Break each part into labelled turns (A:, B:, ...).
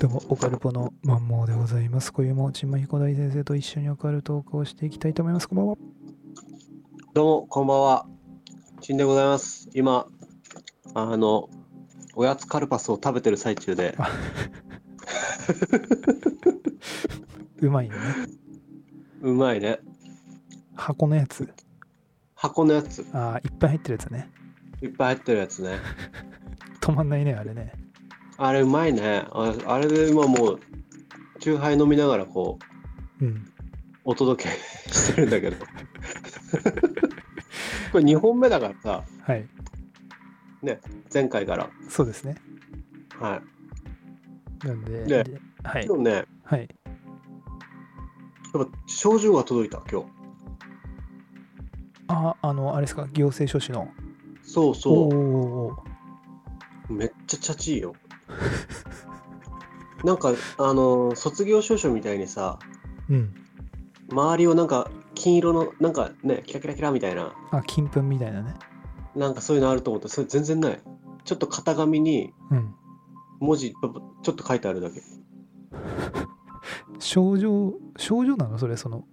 A: どうも、オカルポのマンモーでございます。今夜も、ちんまひこ大先生と一緒にオカルトークをしていきたいと思います。こんばんは。
B: どうも、こんばんは。ちんでございます。今、あの、おやつカルパスを食べてる最中で、
A: うまいよね。
B: うまいね。
A: 箱のやつ。
B: 箱のやつ、
A: ああ、いっぱい入ってるやつね。
B: いっぱい入ってるやつね。
A: 止まんないね、あれね。
B: あれ、うまいね。ああれで今もう、チューハイ飲みながら、こう、
A: うん。
B: お届け してるんだけど。これ2本目だからさ、
A: はい。
B: 前回から。
A: そうですね。
B: は
A: なんで、
B: ね。
A: ではいい。
B: 今日ね、や
A: はい。
B: っぱ症状が届いた、今日。
A: ああ、あの、あれですか、行政書士の。
B: そう
A: お
B: そ
A: ーおーおー
B: う。めっちゃチャチいよ。なんか、あの、卒業証書みたいにさ、
A: うん。
B: 周りをなんか金色のなんかねキラキラキラみたいな
A: あ、金粉みたいなね。
B: なんかそういうのあると思ったらそれ全然ないちょっと型紙に
A: うん。
B: 文字パパちょっと書いてあるだけ
A: 症状、症状なのそれ、その、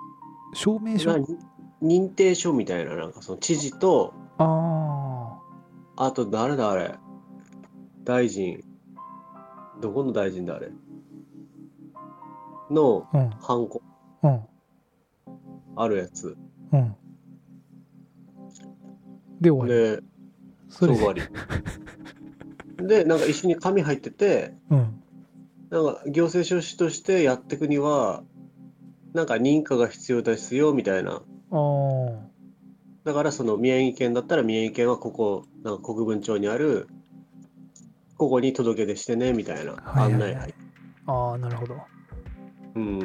A: 証明書
B: な。認定書みたいななんかその知事と
A: あ
B: あと誰だあれ大臣どこの大臣だあれの
A: あ、うん、
B: ハンコ
A: うん、
B: あるやつ
A: うん。で、終わり。
B: で
A: そ
B: そう
A: れ
B: 終わりでなんか一緒に紙入ってて
A: うん。
B: なんか行政書士としてやっていくにはなんか認可が必要ですよみたいな
A: ああ。
B: だからその宮城県だったら宮城県はここなんか国分町にあるここに届け出してねみたいな
A: はい
B: 案
A: はい
B: 内
A: はいああ、なるほど。
B: うん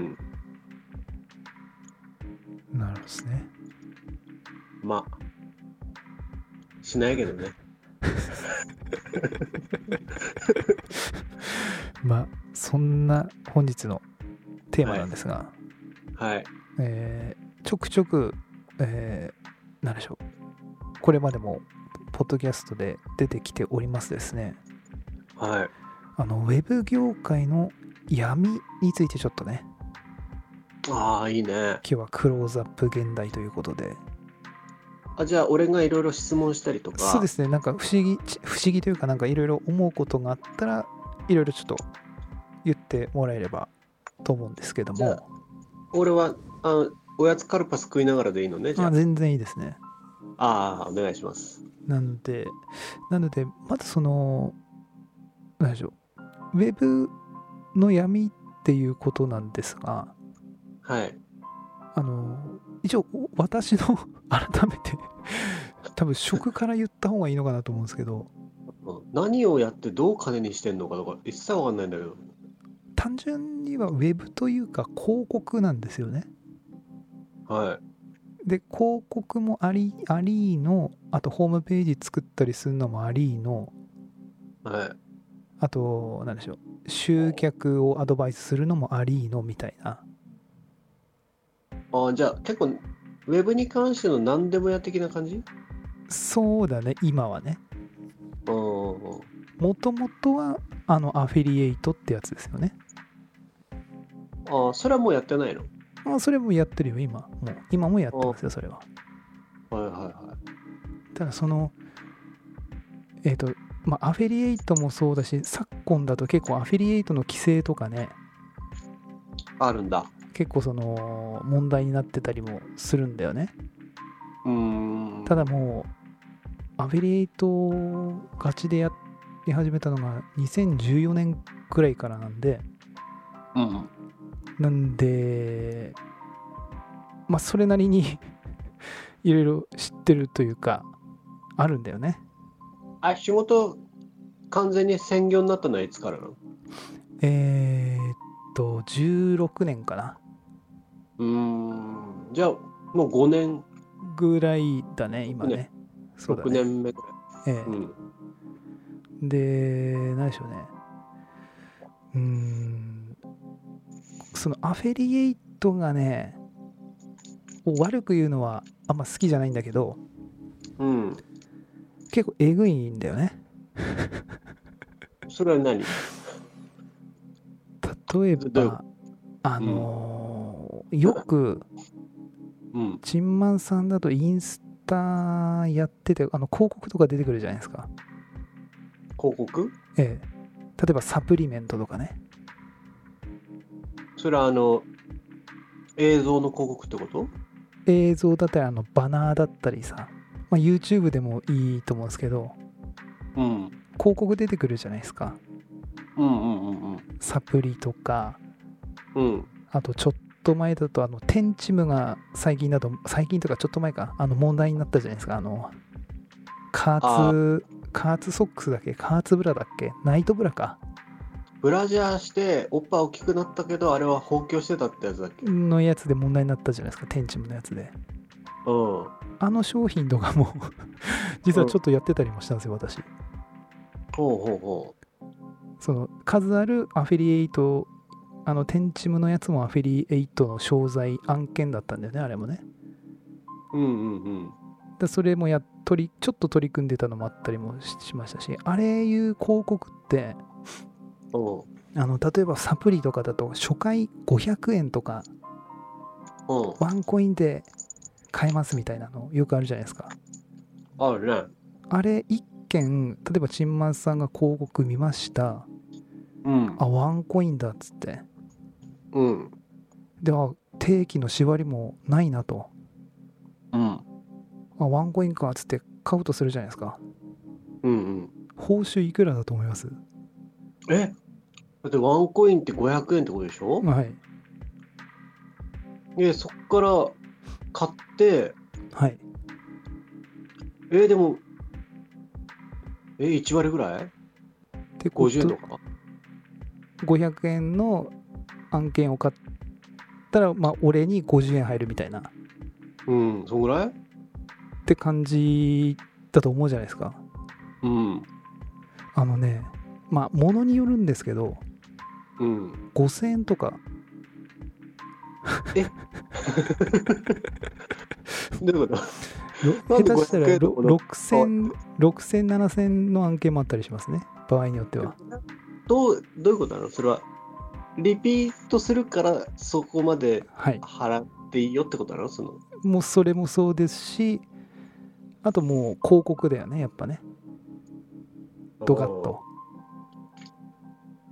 A: なるほどですね。
B: まあしないけどね
A: まあ、そんな本日のテーマなんですが、
B: はい
A: えーちょくちょく、えー、なんでしょう。これまでも、ポッドキャストで出てきておりますですね。
B: はい
A: あの、ウェブ業界の闇についてちょっとね、
B: ああいいね
A: 今日はクローズアップ現代ということで。
B: あじゃあ俺がいろいろ質問したりとか
A: そうですね、なんか不思議、ち不思議というか、なんかいろいろ思うことがあったら、いろいろちょっと言ってもらえればと思うんですけど
B: じゃあ
A: も、
B: 俺はあのおやつカルパス食いながらでいいのねじゃ
A: まあ、全然いいですね。
B: あああお願いします
A: なので、なので、まずその、何でしょう、ウェブの闇っていうことなんですが、
B: はい
A: あの、一応、お私の 改めて、多分、職から言った方がいいのかなと思うんですけど、
B: うん何をやってどう金にしてんのかとか一切わかんないんだけど
A: 単純にはウェブというか広告なんですよね。
B: はい
A: で広告もありありのあとホームページ作ったりするのもありの
B: はい
A: あと何でしょう集客をアドバイスするのもありのみたいな
B: あじゃあ結構ウェブに関しての何でもや的な感じ
A: そうだね今はね
B: うんうんうん
A: もともとはあのアフィリエイトってやつですよね、
B: あそれはもうやってないの
A: まあ、それもやってるよ今もう今もやってますよそれは
B: はいはいはい
A: ただそのえっ、とまあアフィリエイトもそうだし昨今だと結構アフィリエイトの規制とかね
B: あるんだ
A: 結構その問題になってたりもするんだよね
B: うーん
A: ただもうアフィリエイトをガチでやり始めたのが2014年くらいからなんで
B: うん
A: なんでまあそれなりに いろいろ知ってるというかあるんだよね
B: あ仕事完全に専業になったのはいつからなの
A: えー、っと16年かな
B: うーんじゃあもう5年
A: ぐらいだね今ね
B: ね
A: そうだ
B: 6
A: ね、
B: 年目ぐらい
A: ええ
B: うん
A: で、何でしょうね。うーん、そのアフィリエイトがね、悪く言うのはあんま好きじゃないんだけど、
B: うん
A: 結構えぐいんだよね。
B: それは何
A: 例え
B: どういうこ
A: ば、あのーよく、
B: うん。
A: チンマンさんだとインスタやってて、あの広告とか出てくるじゃないですか。
B: 広告
A: ええ。例えばサプリメントとかね。
B: それはあの、映像の広告ってこと
A: 映像だったり、あのバナーだったりさ、まあ、YouTube でもいいと思うんですけど、
B: うん。
A: 広告出てくるじゃないですか。
B: うんうんうん
A: サプリとか、
B: うん。うん。
A: あとちょっと前だと、あの、テンチムが最近だと、最近とかちょっと前か、あの問題になったじゃないですか。あの、加圧、加圧ソックスだっけ加圧ブラだっけナイトブラか。
B: ブラジャーして、おっぱい大きくなったけど、あれは放棄してたってやつだっけ
A: のやつで問題になったじゃないですか。テンチムのやつで。
B: うん。
A: あの商品とかも、 実はちょっとやってたりもしたんですよ、私。
B: ほうほうほ
A: その数あるアフィリエイト、あの、テンチムのやつもアフィリエイトの商材案件だったんだよね、あれもね。
B: う。うんうんうん。
A: だそれもやっとり、ちょっと取り組んでたのもあったりもししましたし、あれいう広告って、
B: おう
A: あの、例えばサプリとかだと、初回500円とか、
B: うん。
A: ワンコインで買えますみたいなの、よくあるじゃないですか。
B: あるね。
A: あれ、一件、例えば、チンマンさんが広告見ました。
B: うん。
A: あ、ワンコインだっつって。
B: うん。
A: であ定期の縛りもないなと
B: うん。
A: あワンコインかっつって買うとするじゃないですか
B: うん
A: 報酬いくらだと思います
B: うん。えだってワンコインって500円ってことでしょ、
A: はい
B: で、そっから買って、
A: はい
B: え、でも、え、1割ぐらい
A: ってこと
B: ?50 円とか
A: 500円の案件を買ったらまあ俺に50円入るみたいなっ
B: うん、そんぐらい
A: て感じだと思うじゃないですか
B: うん。
A: あのねまあものによるんですけど
B: うん。
A: 5000円とか
B: どういうこと
A: ろ
B: なんで
A: 下手したら
B: 500円とかだ
A: 60007000の案件もあったりしますね場合によっては
B: どうどういうことなのそれは、リピートするからそこまで
A: はい
B: 払っていいよってことなのその、
A: もうそれもそうですしあともう広告だよねやっぱねドカッと、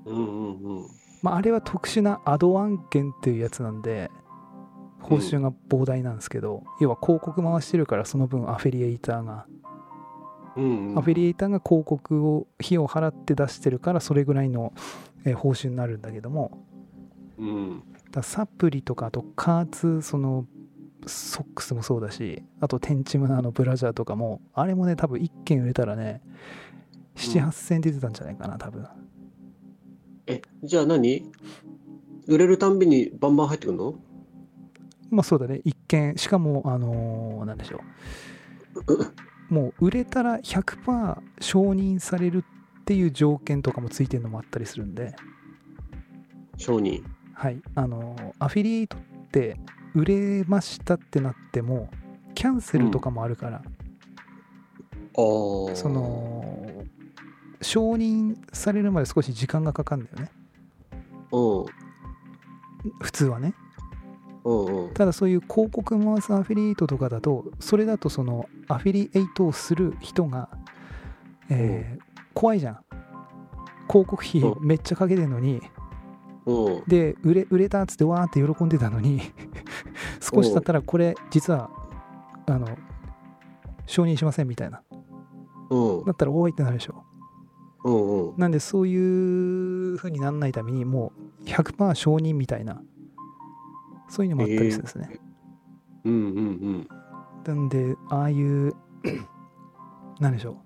B: うん。うんうんうん。
A: まあ、あれは特殊なアド案件っていうやつなんで報酬が膨大なんですけど、要は広告回してるからその分アフィリエイターが、
B: うんうん、
A: アフィリエイターが広告を費用を払って出してるからそれぐらいの、えー報酬になるんだけども
B: うん。
A: だからサプリとかあと加圧そのソックスもそうだしあとテンチムのあのブラジャーとかもあれもね多分1件売れたらね
B: うん
A: 78000円出てたんじゃないかな多分
B: え、じゃあ何売れるたんびにバンバン入ってくるの
A: まあそうだね、一見、しかも、あのーなんでしょう、もう売れたら100%承認されるっていう条件とかもついてるのもあったりするんで、
B: 商人。
A: はい、あのーアフィリエイトって、売れましたってなっても、キャンセルとかもあるから、
B: ああ。
A: そ、の、承認されるまで少し時間がかかるんだよね、
B: うん。
A: 普通はね。
B: うんうん。
A: ただそういう広告回すアフィリエイトとかだとそれだとそのアフィリエイトをする人が、えー怖いじゃん広告費
B: うん
A: めっちゃかけてるのに
B: うん。
A: で売れ売れたっつってわーって喜んでたのに 少し経ったらこれ実はあの承認しませんみたいな
B: うん。
A: だったらおいってなるでしょ
B: うんうん。
A: なんでそういう風にならないためにもう100%承認みたいなそういうのもあったりするんですね、
B: うんうん
A: なんでああいう 何でしょう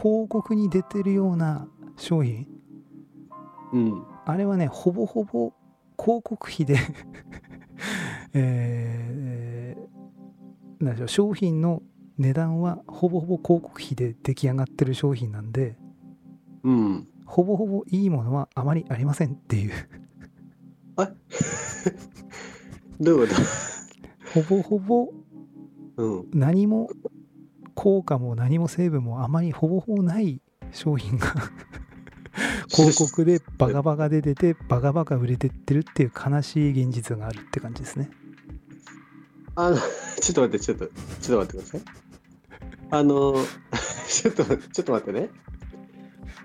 A: 広告に出てるような商品
B: うん。うん。
A: あれはねほぼほぼ広告費で えー、何でしょう商品の値段はほぼほぼ広告費で出来上がってる商品なんで
B: うん。
A: ほぼほぼいいものはあまりありませんっていう
B: どういう
A: ほ
B: こ
A: ぼほぼ
B: とうん。
A: 何も効果も何も成分もあまりほぼほぼない商品が広告でバカバカで出てバカバカ売れてってるっていう悲しい現実があるって感じですね
B: あの、 ちょっと待って、ちょっと、ちょっと待ってください。あの、 ちょっと、ちょっと待ってね。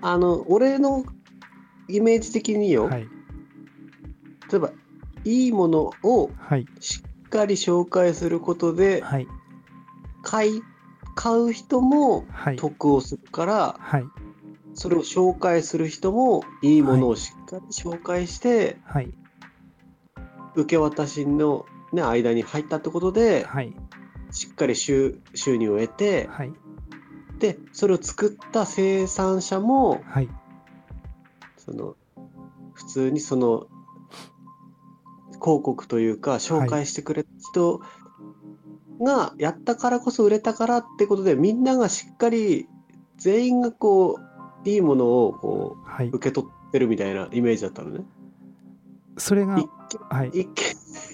B: あの、俺のイメージ的によ、
A: はい
B: 例えば、いいものを
A: はい
B: しっかり紹介することで、
A: はい
B: 買い、買う人も
A: はい
B: 得をするから、
A: はい
B: それを紹介する人もいいものをしっかり紹介して、
A: はい
B: 受け渡しの、ね、間に入ったってことで、
A: はい
B: しっかり収収入を得て、
A: はい
B: でそれを作った生産者も
A: はい
B: その普通にその広告というか紹介してくれた人がやったからこそ売れたからってことでみんながしっかり全員がこういいものをこ
A: はいう
B: 受け取ってるみたいなイメージだったのね。
A: それが
B: 一
A: はい
B: 見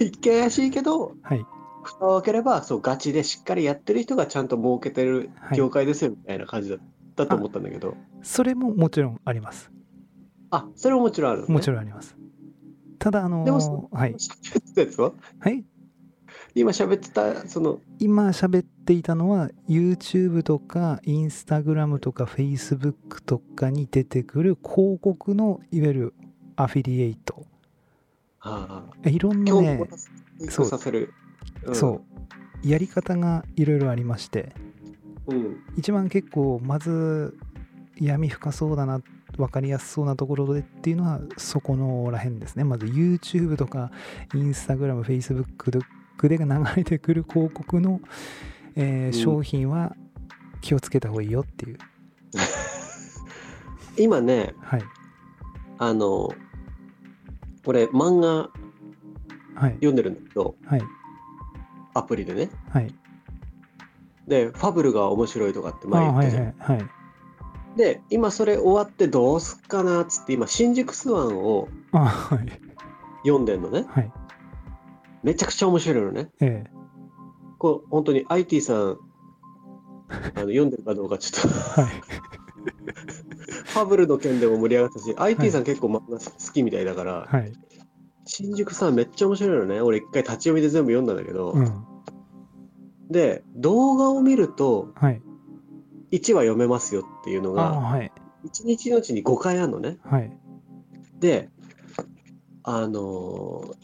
B: 一見 怪しいけど
A: はい
B: 蓋を開ければそうガチでしっかりやってる人がちゃんと儲けてる
A: はい
B: 業界ですよみたいな感じだったと思ったんだけど
A: それももちろんあります
B: あそれももちろんあるの、ね、
A: もちろんありますただあの
B: でもそ
A: ーはい
B: 喋ってたやつは
A: はい
B: 今喋ってたその
A: 今喋っていたのは YouTube とか Instagram とか Facebook とかに出てくる広告のいわゆるアフィリエイト
B: ああ
A: いろんな
B: 興味
A: ね
B: を持たせてさせるん
A: そうやり方がいろいろありまして
B: うん
A: 一番結構まず闇深そうだな分かりやすそうなところでっていうのはそこのらへんですねまず YouTube とか InstagramFacebook で流れてくる広告の、えー
B: うん
A: 商品は気をつけた方がいいよっていう
B: 今ね
A: はい
B: あの俺漫画
A: はい
B: 読んでるんだけど
A: はい
B: アプリでね
A: はい
B: で「ファブルが面白い」とかって前
A: あ
B: 言っ
A: は
B: た
A: い
B: じゃん、
A: はいはい
B: で今それ終わってどうすっかなっつって今「新宿スワン」を
A: あはい
B: 読んでんのね
A: はい
B: めちゃくちゃ面白いのね
A: ええ
B: こう本当に IT さんあの読んでるかどうかちょっと
A: はい
B: ファブルの件でも盛り上がったし、IT さん結構漫画好きみたいだから、
A: はい
B: 新宿さんめっちゃ面白いのね。俺一回立ち読みで全部読んだんだけど、
A: うん
B: で、動画を見ると
A: はい
B: 1話読めますよっていうの
A: あ
B: が、
A: はい
B: 1日のうちに5回あるのね。
A: はい
B: で、あのー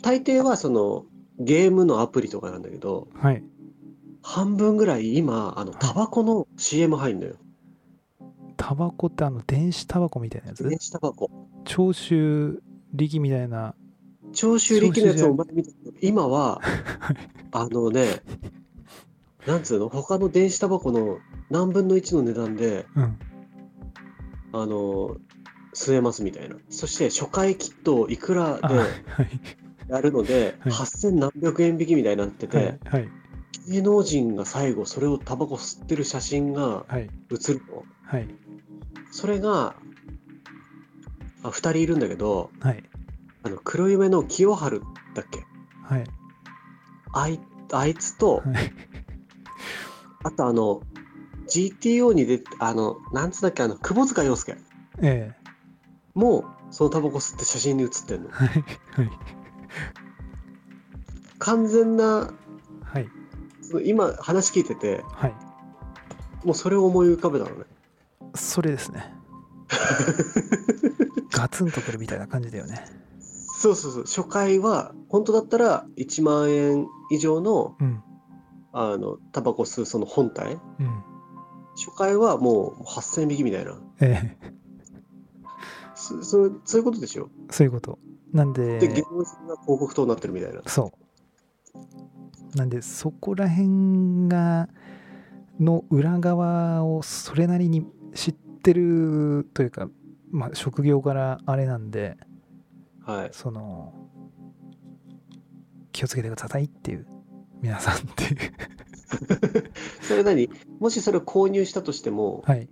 B: 大抵はそのゲームのアプリとかなんだけど、
A: はい
B: 半分ぐらい今、あの、タバコの CM 入んのよ。
A: タバコってあの電子タバコみたいなやつ
B: 電子タバコ。
A: 長州力みたいな
B: 長州力のやつをお前見たけど 今はあのねなんつうの他の電子タバコの何分の1の値段で
A: うん
B: あの吸えますみたいなそして初回キットをいくら
A: あはい
B: でやるので、
A: はい
B: 8000何百円引きみたいになってて、
A: はいはい
B: 芸能人が最後それをタバコ吸ってる写真が
A: はい
B: 写るの
A: はい
B: それがあ2人いるんだけど
A: はい
B: あの黒夢の清春だっけ
A: はい
B: あいあいつと、
A: はい
B: あとあの、GTO に出て、あの、なんつうんだっけ、あの、窪塚洋介
A: ええ
B: も、そのタバコ吸って写真に写ってんの。
A: はいはい
B: 完全な、
A: はい
B: その今話聞いてて、
A: はい
B: もうそれを思い浮かべたのね。
A: それですねガツンとくるみたいな感じだよね
B: そうそうそう、初回は、本当だったら1万円以上の、
A: うん
B: あの、タバコ吸うその本体。
A: うん
B: 初回はもう8000匹みたいな。
A: ええ
B: そそそういうことでしょ。
A: そういうことなんで
B: で、芸能人が広告塔になってるみたいな。
A: そう。なんでそこら辺がの裏側をそれなりに知ってるというか、まあ、職業からあれなんで
B: はい。
A: その気をつけてくださいっていう皆さんっていう
B: それ何もしそれを購入したとしても、
A: はい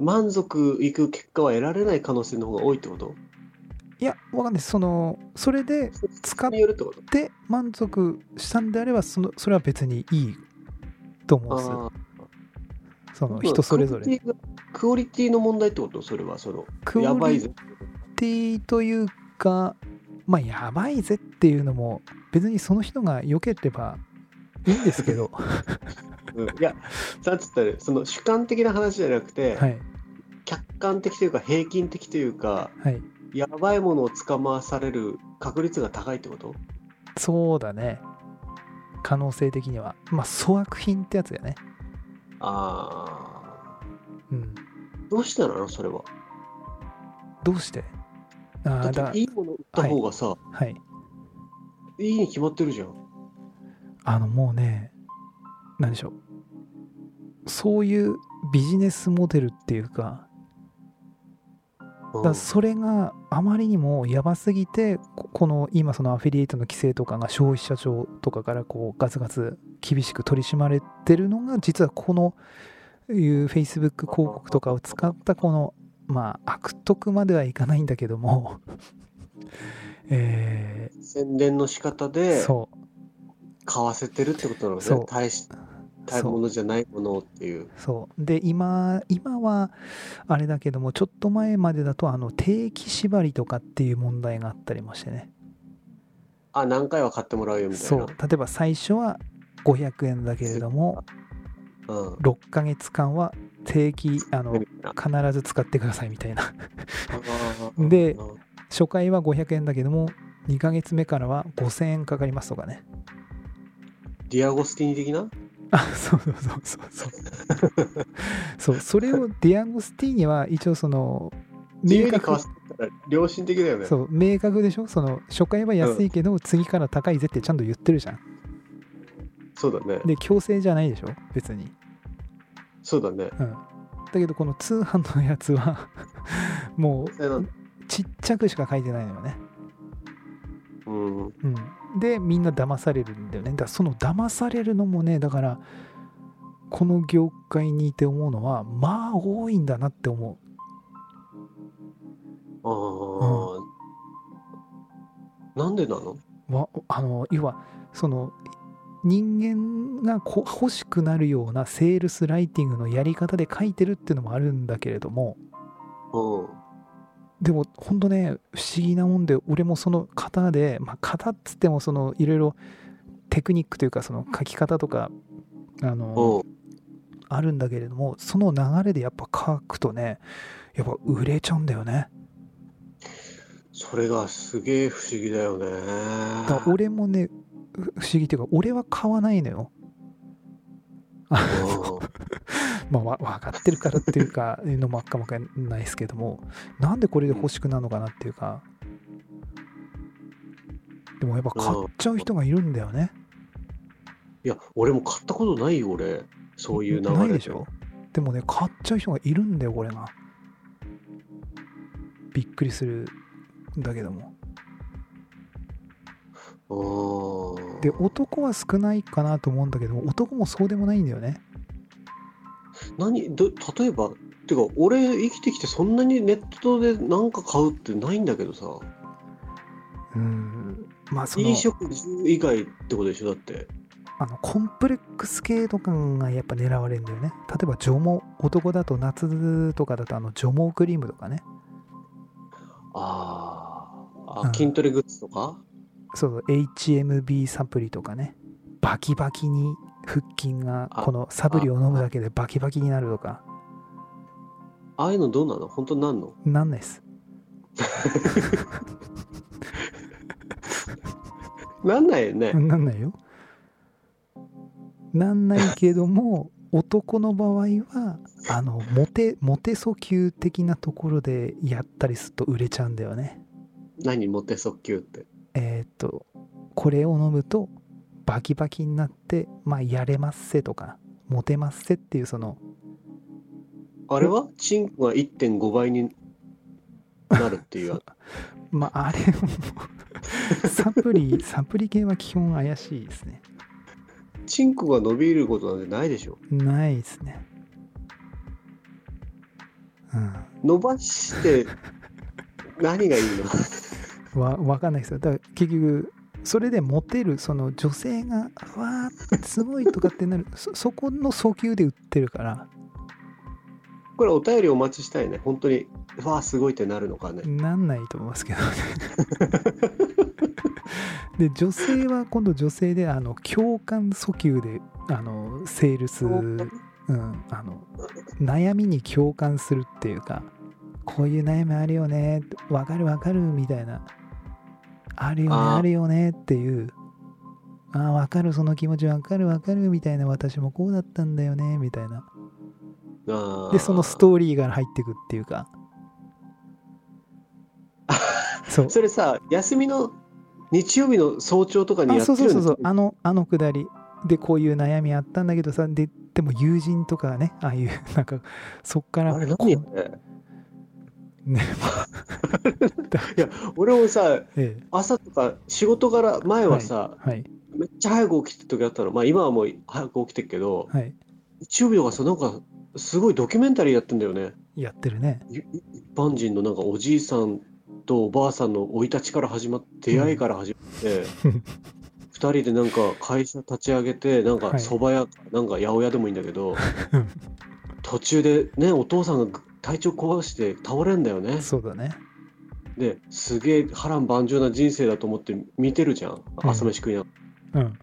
B: 満足いく結果は得られない可能性の方が多いってこと
A: いやわかんないですそのそれで使っ
B: 人によるってこと
A: て満足したんであればそのそれは別にいいと思うんです
B: ああ
A: その人それぞれ
B: クオリティがクオリティの問題ってことそれはその
A: ク
B: や
A: オ
B: ばい
A: リ
B: ぜ
A: ティというかまあやばいぜっていうのも別にその人が良ければいいんですけ ど
B: うん、いや、さつったら、その主観的な話じゃなくて、
A: はい
B: 客観的というか、平均的というか、
A: はい
B: やばいものを捕まわされる確率が高いってこと
A: そうだね可能性的にはまあ粗悪品ってやつだよね
B: あ
A: うん
B: あ、どうしてなのそれは。
A: どうしてあ
B: だ
A: あ
B: っ
A: だ
B: て、いいもの売った方がさ、
A: はい
B: い、いに決まってるじゃん。
A: あのもうね何でしょうそういうビジネスモデルっていうか
B: う
A: だ
B: ん
A: からそれがあまりにもやばすぎてここの今そのアフィリエイトの規制とかが消費者庁とかからこうガツガツ厳しく取り締まれてるのが実はこのいう Facebook 広告とかを使ったこのまあ悪徳まではいかないんだけども え
B: 宣伝の仕方
A: ー
B: で
A: そ
B: 買わせてるってことなの
A: そう
B: ね。大し
A: う
B: た
A: そ
B: も
A: う
B: のじゃないものっていう。
A: そうで今今はあれだけどもちょっと前までだとあの定期縛りとかっていう問題があったりもしてね
B: あ、何回は買ってもらうよみたい
A: そ
B: な
A: う。例えば最初は500円だけれども
B: うん。
A: 6ヶ月間は定期あの
B: みたいな
A: 必ず使ってくださいみたいな
B: あー
A: で
B: うん
A: 初回は500円だけども2ヶ月目からは5000円かかりますとかね
B: ディアゴスティーニ的な
A: あそうそうそうそうそう そうそれをディアゴスティーニは一応その
B: 自由に買わせてたら良心的だよね。
A: そう明確でしょその初回は安いけど次から高いぜってちゃんと言ってるじゃん
B: そうだね。
A: で強制じゃないでしょ別に
B: そうだね。
A: うんだけどこの通販のやつはもう
B: それなん
A: ちっちゃくしか書いてないのよね。
B: うん。
A: うん、でみんな騙されるんだよね。だからその騙されるのもねだからこの業界にいて思うのはまあ多いんだなって思
B: ああ、なんでなの
A: う。わあの要はその人間がこ欲しくなるようなセールスライティングのやり方で書いてるっていうのもあるんだけれども
B: うん。
A: でもほんとね不思議なもんで俺もその型でまあ型っつってもそのいろいろテクニックというかその書き方とかあの
B: うん。
A: あるんだけれどもその流れでやっぱ書くとねやっぱ売れちゃうんだよね
B: それがすげえ不思議だよね。
A: だから俺もねう不思議っていうか俺は買わないのよ
B: う
A: まあわ分かってるからっていう かいうのもあっかもわかんないですけどもなんでこれで欲しくなるのかなっていうかでもやっぱ買っちゃう人がいるんだよね
B: んいや、俺も買ったことないよ、俺。そういう流れ。
A: ないでしょでもね買っちゃう人がいるんだよこれがびっくりするんだけども
B: うん。
A: で男は少ないかなと思うんだけど男もそうでもないんだよね
B: 何ど例えば、てか、俺生きてきてそんなにネットでなんか買うってないんだけどさ。
A: うんまあその
B: 飲食住以外ってことでしょだって。
A: あのコンプレックス系とかがやっぱ狙われるんだよね例えば除毛男だと夏とかだとあの除毛クリームとかね
B: あー
A: う
B: あ、
A: ん
B: 筋トレグッズとか、
A: そうそう HMB サプリとかねバキバキに腹筋が
B: あ
A: このサプリを飲むだけでバキバキになるとか
B: ああいうのどうなの本当になんの
A: なんないです
B: なんないよね。
A: なんないよなんないけども男の場合はあのモテモテ訴求的なところでやったりすると売れちゃうんだよね
B: 何モテ速球って。
A: えーっとこれを飲むとバキバキになってまあやれますせとかモテますせっていうその
B: あれはチンコが1.5倍になるっていう やつ。
A: まああれもサプリサプリ系は基本怪しいですね
B: チンコが伸びることなんてないでしょ。
A: ないですねうん
B: 伸ばして何がいいの
A: わわかんないですよだから結局それでモテるその女性が「わあすごい」とかってなるそそこの訴求で売ってるから
B: これお便りお待ちしたいね。本当に、うわあ、すごいってなるのかね。
A: なんないと思いますけどね で女性は今度女性であの共感訴求であのセールス、うん、あの悩みに共感するっていうかこういう悩みあるよねわかるわかるみたいなあるよね
B: あー
A: あるよねっていうあーわかるその気持ちわかるわかるみたいな私もこうだったんだよねみたいな
B: あ
A: でそのストーリーが入ってくっていう かそう
B: ーそれさ、休みの日曜日の早朝とかにや
A: あ
B: っ
A: そ
B: てる
A: うそうそうそう
B: の
A: あのあのくだりでこういう悩みあったんだけどさででも友人とかねああいうなんかそっから
B: あれ
A: こう
B: 何よね。
A: ね
B: いや、俺もさ、
A: ええ
B: 朝とか仕事から前はさ、
A: はい
B: めっちゃ早く起きてた時あったの。まあ今はもう早く起きてるけど、
A: はい
B: 日曜日とかさ、なんかすごいドキュメンタリーやってんだよね。
A: やってるね
B: い一般人のなんかおじいさんとおばあさんの生い立ちから始まっ て出会いから始まって、
A: うん
B: 2人でなんか会社立ち上げてなんか
A: はい
B: 蕎麦屋、なんか八百屋でもいいんだけど途中でねお父さんが体調壊して倒れんだよね
A: そうだね
B: ですげえ波乱万丈な人生だと思って見てるじゃん
A: うん
B: 朝飯食いながら、
A: うん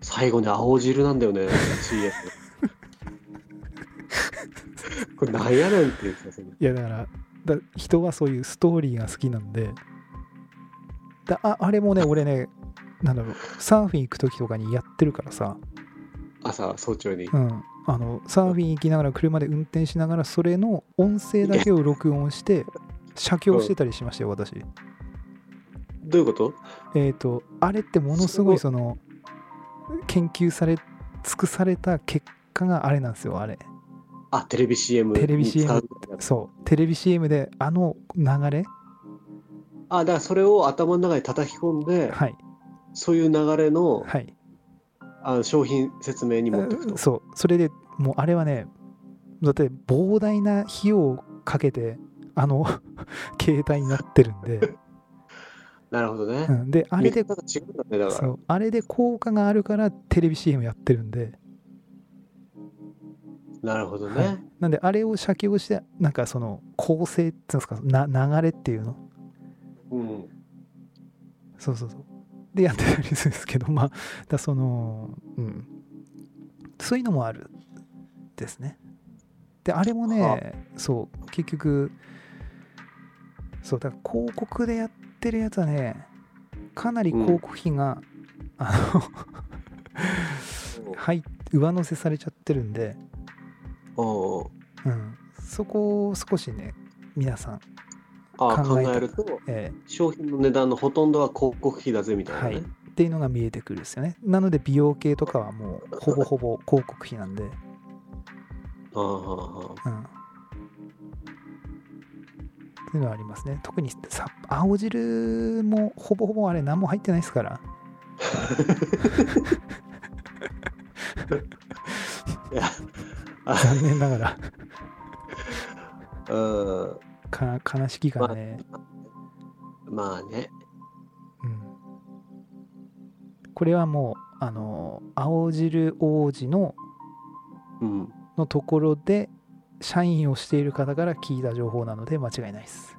B: 最後に青汁なんだよね CF これなんやねんっていうさその
A: いやだからだ人はそういうストーリーが好きなんでだああれもね俺ねなんだろうサーフィン行く時とかにやってるからさ、
B: 朝早朝に、
A: うん、あのサーフィン行きながら車で運転しながらそれの音声だけを録音して写経してたりしましたよ私
B: どういうこと
A: えっ、とあれってものすごいその研究され尽くされた結果があれなんですよあれ
B: あ、テレビ CM
A: テレビ
B: に使
A: CM
B: うみたいな
A: そうテレビ CM であの流れ
B: あ、だからそれを頭の中に叩き込んで、
A: はい
B: そういう流れの
A: はい
B: あの商品説明に持っていくと。
A: そうそれでもうあれはねだって膨大な費用をかけてあの 携帯になってるん で、
B: なるほどね
A: う。ん、であれで
B: 見方が違うんだね、だか
A: そ
B: ら。
A: うあれで効果があるからテレビ CM やってるんで
B: なるほど
A: はい
B: ね。
A: なんであれを写経してなんかその構成っていうんですかな流れっていうの
B: うん。
A: そうそうそうでやってたりするんですけどまあだそのうんそういうのもあるですねであれも
B: は
A: ねそう結局そうだから広告でやってるやつはねかなり広告費が、あのはい上乗せされちゃってるんで、
B: おう
A: うん、そこを少しね皆さん、
B: あ
A: 考
B: 考
A: えた
B: えると、
A: えー
B: 商品の値段のほとんどは広告費だぜみたいなね。
A: はいっていうのが見えてくるんですよねなので美容系とかはもうほぼほぼ広告費なんで、
B: ああああ
A: うん。っていうのはありますね。特にさ青汁もほぼほぼあれ何も入ってないですから。
B: あ
A: 残念ながら
B: あうん
A: か悲しきがね、
B: まあね。
A: うん。これはもうあの青汁王子の
B: うん。
A: のところで社員をしている方から聞いた情報なので間違いないです。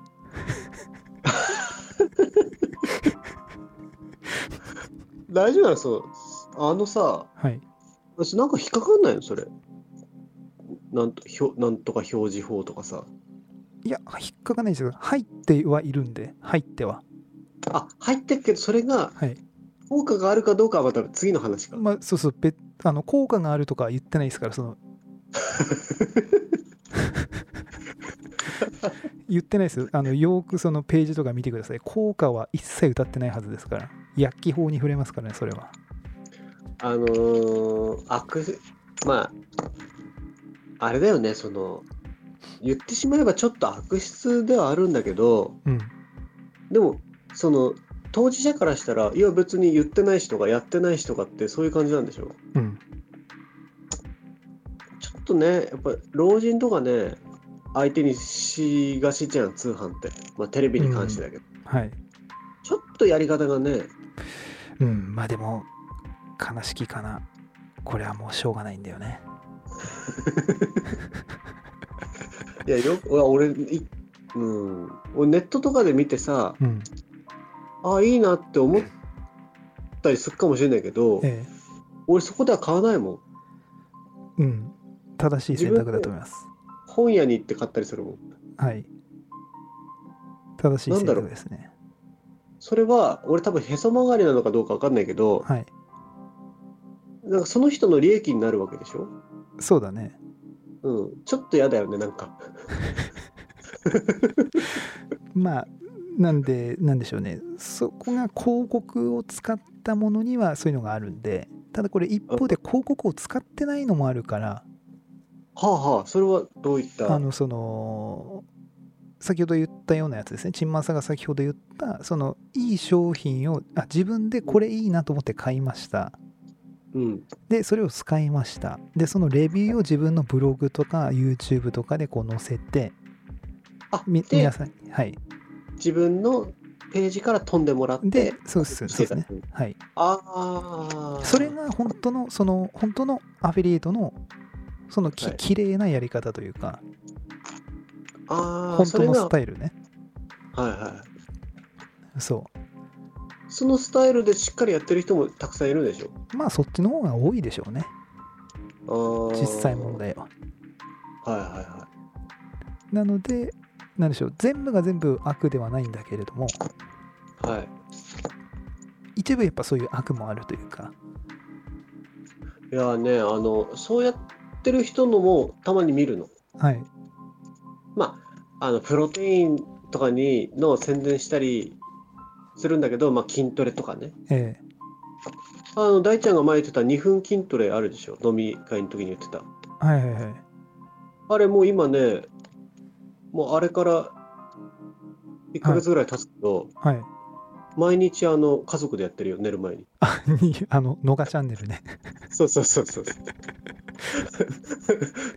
B: 大丈夫なのそう。あのさ、
A: はい。
B: 私なんか引っかかんないのそれ。なんとひょなんとか表示法とかさ。
A: いや引っかかんないですけど入ってはいるんで入っては。
B: あ、入ってっけど、それが
A: はい。
B: 効果があるかどうかはまた次の話か。
A: まあ、そうそう、別あの効果があるとかは言ってないですから、その。言ってないですよ。あのよーくそのページとか見てください。効果は一切歌ってないはずですから。薬機法に触れますからね、それは。
B: あのー、悪、まあ、あれだよね、その、言ってしまえばちょっと悪質ではあるんだけど、
A: うん。
B: でも、その、当事者からしたら、いや別に言ってない人がやってない人がってそういう感じなんでしょ
A: うん。
B: ちょっとね、やっぱ老人とかね、相手にしがちじゃん、通販って。まあテレビに関してだけど。
A: はい。
B: ちょっとやり方がね、
A: うん。まあでも、悲しきかな。これはもうしょうがないんだよね。
B: いやよいや俺い、うん、俺ネットとかで見てさ
A: うん。
B: あいいなって思ったりするかもしれないけど
A: ええ。
B: 俺そこでは買わないも
A: う
B: ん
A: ん。正しい選択だと思います。
B: 本屋に行って買ったりするもん
A: はい。正しい選
B: なんだ
A: 択
B: ろう
A: ですね。
B: それは俺多分へそ曲がりなのかどうか分かんないけど
A: はい。
B: なんかその人の利益になるわけでしょ
A: そうだね。
B: うんちょっと嫌だよねなんか
A: まあ、なんで、なんでしょうね。そこが広告を使ったものにはそういうのがあるんで、ただこれ一方で広告を使ってないのもあるから、
B: はあはあそれはどういった
A: あの、その、先ほど言ったようなやつですね。チンマンさんが先ほど言った、その、いい商品を、あ、自分でこれいいなと思って買いました。
B: うん
A: で、それを使いました。で、そのレビューを自分のブログとか YouTube とかでこう載せて、
B: あ
A: み
B: で
A: 皆さん、はい。
B: 自分のページから飛んでもらって
A: で、そうです、そう
B: 生
A: です
B: 活
A: ね。はい。
B: ああ
A: それが本当の、その、本当のアフィリエイトの、そのき
B: はい
A: 綺麗なやり方というか、
B: あー
A: 本
B: そ
A: 当
B: れ
A: の
B: が
A: スタイルね。
B: はいは
A: そ
B: いそのスタイルでしっかりやってる人もたくさんいるでし
A: う。まあ、そっちの方が多いでしょうね。
B: ょあー
A: 実際問題は。
B: はいはいは
A: なので、なんでしょう。全部が全部悪ではないんだけれども、
B: いはい
A: 一部やっぱそういう悪もあるというか、
B: いやーねあのそうやってる人のもたまに見るの
A: はい。
B: まああのプロテインとかにの宣伝したりするんだけど、まあ、筋トレとかね
A: ええ
B: あの大ちゃんが前言ってた2分筋トレあるでしょ飲み会の時に言ってた
A: はいはいはい。
B: あれもう今ねもうあれから1ヶ月ぐらい経つけど、
A: はい。
B: 毎日あの家族でやってるよ寝る前に
A: あにあの、のがチャンネルね。
B: そうそうそうそう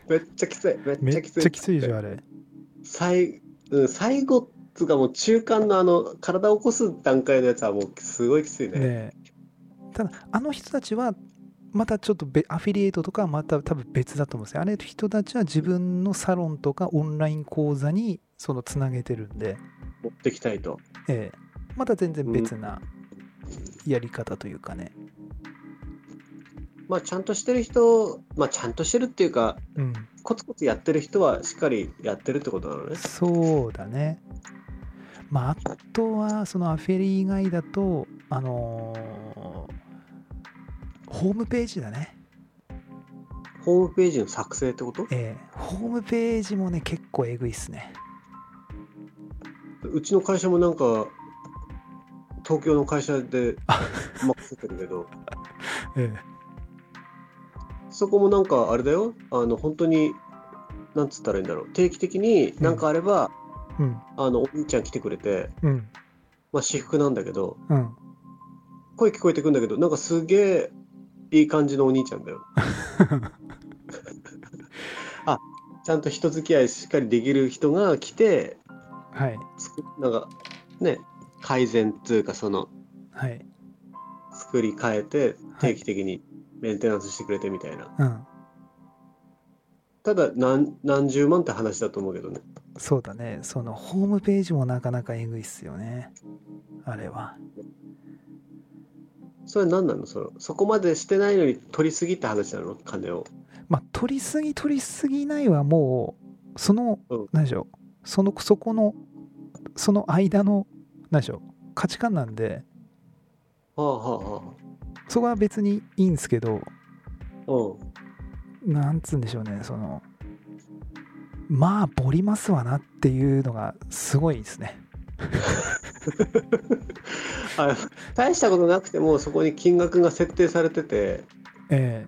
B: めっちゃきついめっ
A: め
B: ちゃ
A: っ
B: きつい
A: ちゃきついじゃん、あれ。
B: 最,、うん、最後っつうかもう中間のあの体を起こす段階のやつはもうすごいきついね
A: ねえただ、あの人たちは、またちょっとべアフィリエイトとかはまた多分別だと思うんですよ。あれ人たちは自分のサロンとかオンライン講座にそのつなげてるんで、
B: 持ってきたいと
A: ええまた全然別なやり方というかね。
B: まあちゃんとしてる人まあちゃんとしてるっていうか
A: うん、
B: コツコツやってる人はしっかりやってるってことなのね
A: そうだね。まあ、あとは、そのアフェリ以外だと、あのーホームページだね。
B: ホームページの作成ってこと
A: えーホームページもね、結構えぐいっすね。
B: うちの会社もなんか東京の会社で
A: あ
B: 任せてるけど
A: え
B: そこもなんかあれだよ、あの本当に、なんつったらいいんだろう、定期的になんかあれば、
A: うん、
B: あのお兄ちゃん来てくれて、
A: うん、
B: まあ、私服なんだけど、
A: うん。
B: 声聞こえてくんだけど、なんかすげえいい感じのお兄ちゃんだよ。あちゃんと人付き合いしっかりできる人が来て、
A: はい、
B: 作なんかね、改善っていうか、その
A: はい、
B: 作り変えて、
A: はい
B: 定期的にメンテナンスしてくれてみたいな。
A: うん。
B: ただ何、何十万って話だと思うけどね。
A: そうだね。そのホームページもなかなかえぐいっすよね。あれは。
B: それ何なのそのそこまでしてないのに取りすぎって話なの金を。
A: まあ、取りすぎ取りすぎないはもうその
B: うん
A: 何でしょうそのそこのその間の何でしょう価値観なんで
B: はあはあは
A: そこは別にいいんですけど
B: あ。うん。
A: なんつうんでしょうねそのまあボリますわなっていうのがすごいですね
B: あ大したことなくてもそこに金額が設定されてて
A: え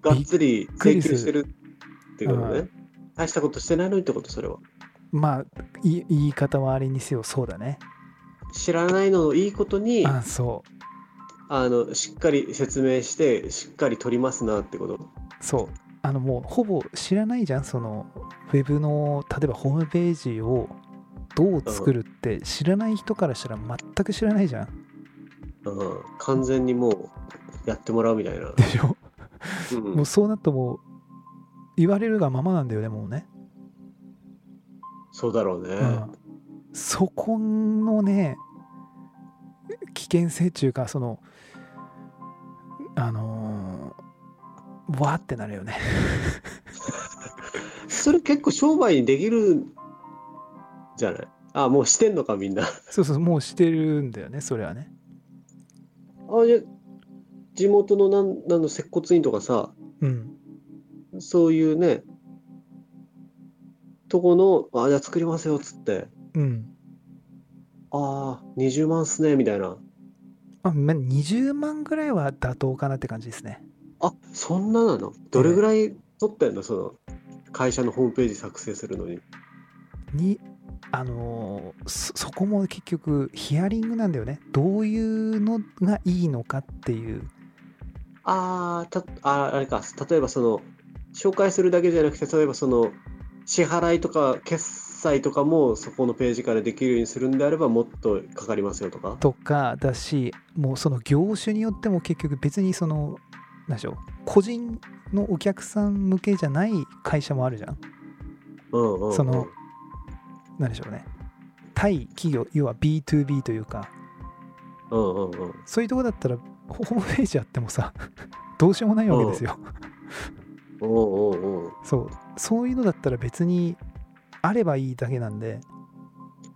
B: がっつり請求してるっていうこと
A: びっ
B: ね。大したことしてないのにってことそれは。
A: えまあい言い方はあれにせよそうだね
B: 知らないのをいいことに
A: あ
B: あ
A: そう
B: のしっかり説明してしっかり取りますなってこと。
A: そうあのもうほぼ知らないじゃんそのウェブの例えばホームページをどう作るって知らない人からしたら全く知らないじゃん
B: うん、完全にもうやってもらうみたいな。
A: でしょ、
B: うん
A: もうそうなるともう言われるがままなんだよねもうね
B: そうだろうね。
A: うんそこのね危険性っていうかそのあのーわーってなるよね
B: それ結構商売にできるじゃないあもうしてんのかみんな。
A: そうそうもうしてるんだよねそれはね
B: あじゃあ地元のなんなんの接骨院とかさ
A: うん
B: そういうねとこのあじゃあ作りますよっつって
A: うん
B: ああ20万っすねみたいな
A: あま20万ぐらいは妥当かなって感じですね
B: あそんななのどれぐらい取ったんだその会社のホームページ作成するのに
A: にあのーそそこも結局ヒアリングなんだよねどういうのがいいのかっていう
B: あーたあーあれか例えばその紹介するだけじゃなくて例えばその支払いとか決済とかもそこのページからできるようにするんであればもっとかかりますよとか
A: とかだしもうその業種によっても結局別にその何でしょう個人のお客さん向けじゃない会社もあるじゃん
B: うんうんうん
A: その何でしょうね対企業要は B2B というか
B: うんうんうん
A: そういうとこだったらホームページあってもさどうしようもないわけですよ、
B: おうおうおう
A: そうそういうのだったら別にあればいいだけなんで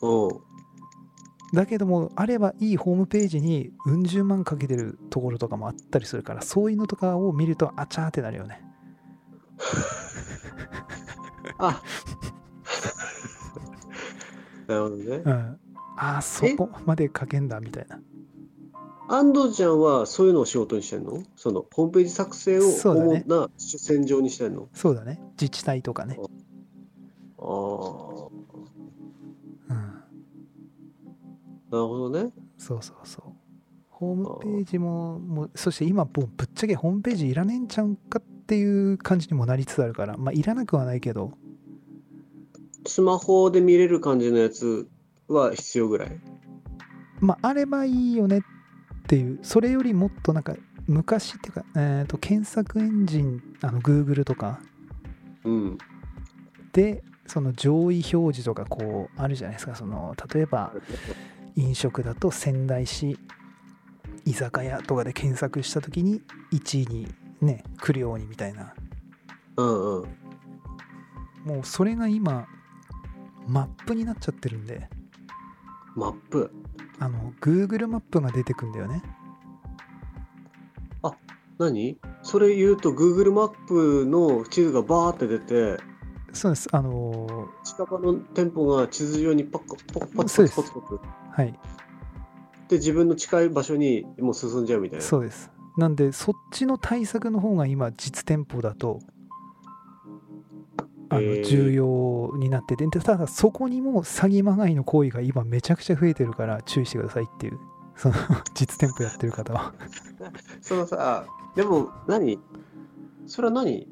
B: おう
A: だけどもあればいいホームページにうん十万かけてるところとかもあったりするからそういうのとかを見るとあちゃーってなるよね
B: あなるほどね
A: うん、あーそこまで書けんだみたいな
B: 安藤ちゃんはそういうのを仕事にしてんのそのホームページ作成を
A: そうだ
B: 主
A: ね
B: な主戦場にしてんの
A: そうだね自治体とかね、
B: ああ
A: うん、
B: なるほどね
A: そうそうそうホームページももうそして今もうぶっちゃけホームページいらねえんちゃうんかっていう感じにもなりつつあるからまあいらなくはないけど
B: スマホで見れる感じのやつは必要ぐらい
A: まああればいいよねっていうそれよりもっとなんか昔っていうか、えー、と検索エンジンあの Google とか
B: うん
A: でその上位表示とかこうあるじゃないですかその例えば飲食だと仙台市居酒屋とかで検索した時に1位にね来るようにみたいな
B: うんうん
A: もうそれが今マップになっちゃってるんで
B: マップ
A: あの Google マップが出てくんだよね
B: 何それ言うと Google マップの地図がバーって出て
A: そうですあの
B: 近場の店舗が地図上にパッカパッパ
A: そうで
B: ッ
A: す
B: パッパッパッ
A: ーはい
B: で自分の近い場所にもう進んじゃうみたいな
A: そうですなんでそっちの対策の方が今実店舗だとあ
B: へ
A: の
B: ー
A: 重要になっててでただそこにも詐欺まがいの行為が今めちゃくちゃ増えてるから注意してくださいっていう その実店舗やってる方は
B: そのさ、でも何それは何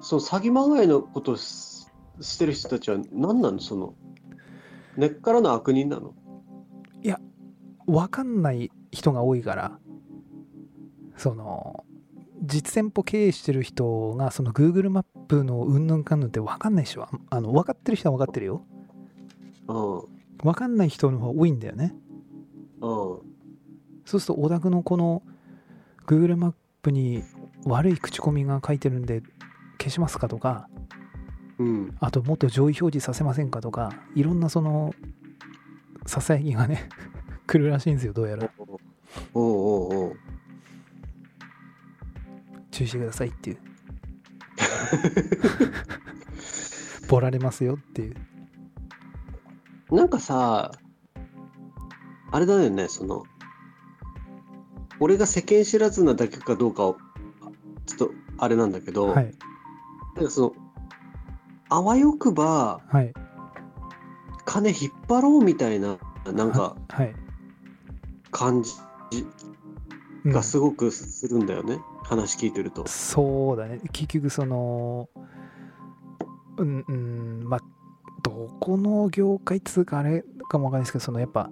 B: その詐欺まがいのことをししてる人たちは何なのその根っからの悪人なの
A: 分かんない人が多いからその実店舗経営してる人がその Google マップのうんぬんかんぬんって分かんないでしょあの分かってる人は分かってるよ
B: う
A: 分かんない人の方が多いんだよね
B: ん、うん。
A: そうするとオタクのこの Google マップに悪い口コミが書いてるんで消しますかとか
B: うん、
A: あともっと上位表示させませんかとかいろんなそのささやきがね 来るらしいんですよどうやら
B: おおうおうおう
A: 注意してくださいっていう ボラれますよっていう
B: なんかさあれだよねその俺が世間知らずなだけかどうかをちょっとあれなんだけど、
A: はい
B: なんかそのあわよくば
A: はい
B: 金引っ張ろうみたいななんか
A: はい、
B: 感じ
A: うん
B: がすごくするんだよね、話聞いてると。
A: そうだね結局そのうんうんまあどこの業界っつうかあれかもわかんないですけどそのやっぱ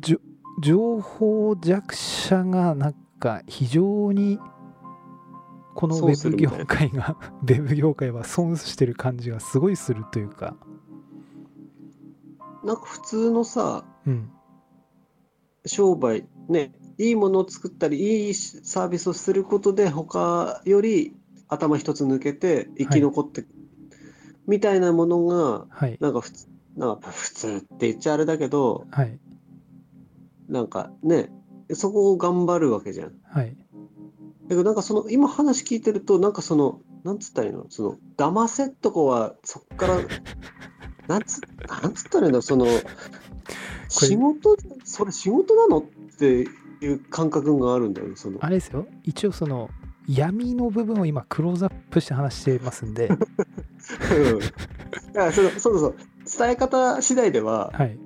A: じゅ情報弱者がなんか非常にこのウ
B: 損
A: ェ
B: す
A: ブ
B: る
A: 業
B: みたいな
A: 界がウェブ業界は損してる感じがすごいするというか
B: なんか普通のさ、
A: うん。
B: 商売、ね、いいものを作ったり、いいサービスをすることで、他より頭一つ抜けて生き残って、みたいなものが、
A: はい。
B: なんか普通、なんか普通って言っちゃあれだけど、
A: はい。
B: なんかね、そこを頑張るわけじゃん。だ
A: はい。
B: けどなんかその、今話聞いてると、なんかその、なんつったらいいのその、騙せっとこは、そっから、なんつ、なんつったらいいのその、仕事、それ仕事なのっていう感覚があるんだよ ね、その。
A: あれですよ。一応その闇の部分を今クローズアップして話してます んで、
B: うんだからそのそうそうそう伝え方次第では
A: はい。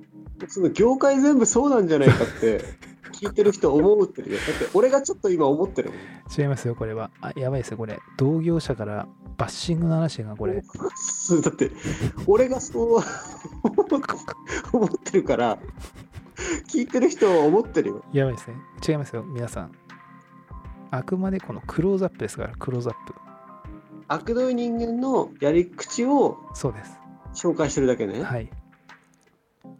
B: その業界全部そうなんじゃないかって聞いてる人思うってるよだって俺がちょっと今思ってるもん
A: 違いますよ、これは。あ、やばいですよ、これ。同業者からバッシングの話がこれ。
B: そう だって俺がそう 思ってるから聞いてる人は思ってるよ
A: やばいですね。違いますよ、皆さん。あくまでこのクローズアップですから、クローズアップ。
B: 悪どい人間のやり口を
A: そうです。
B: 紹介してるだけね、
A: はい。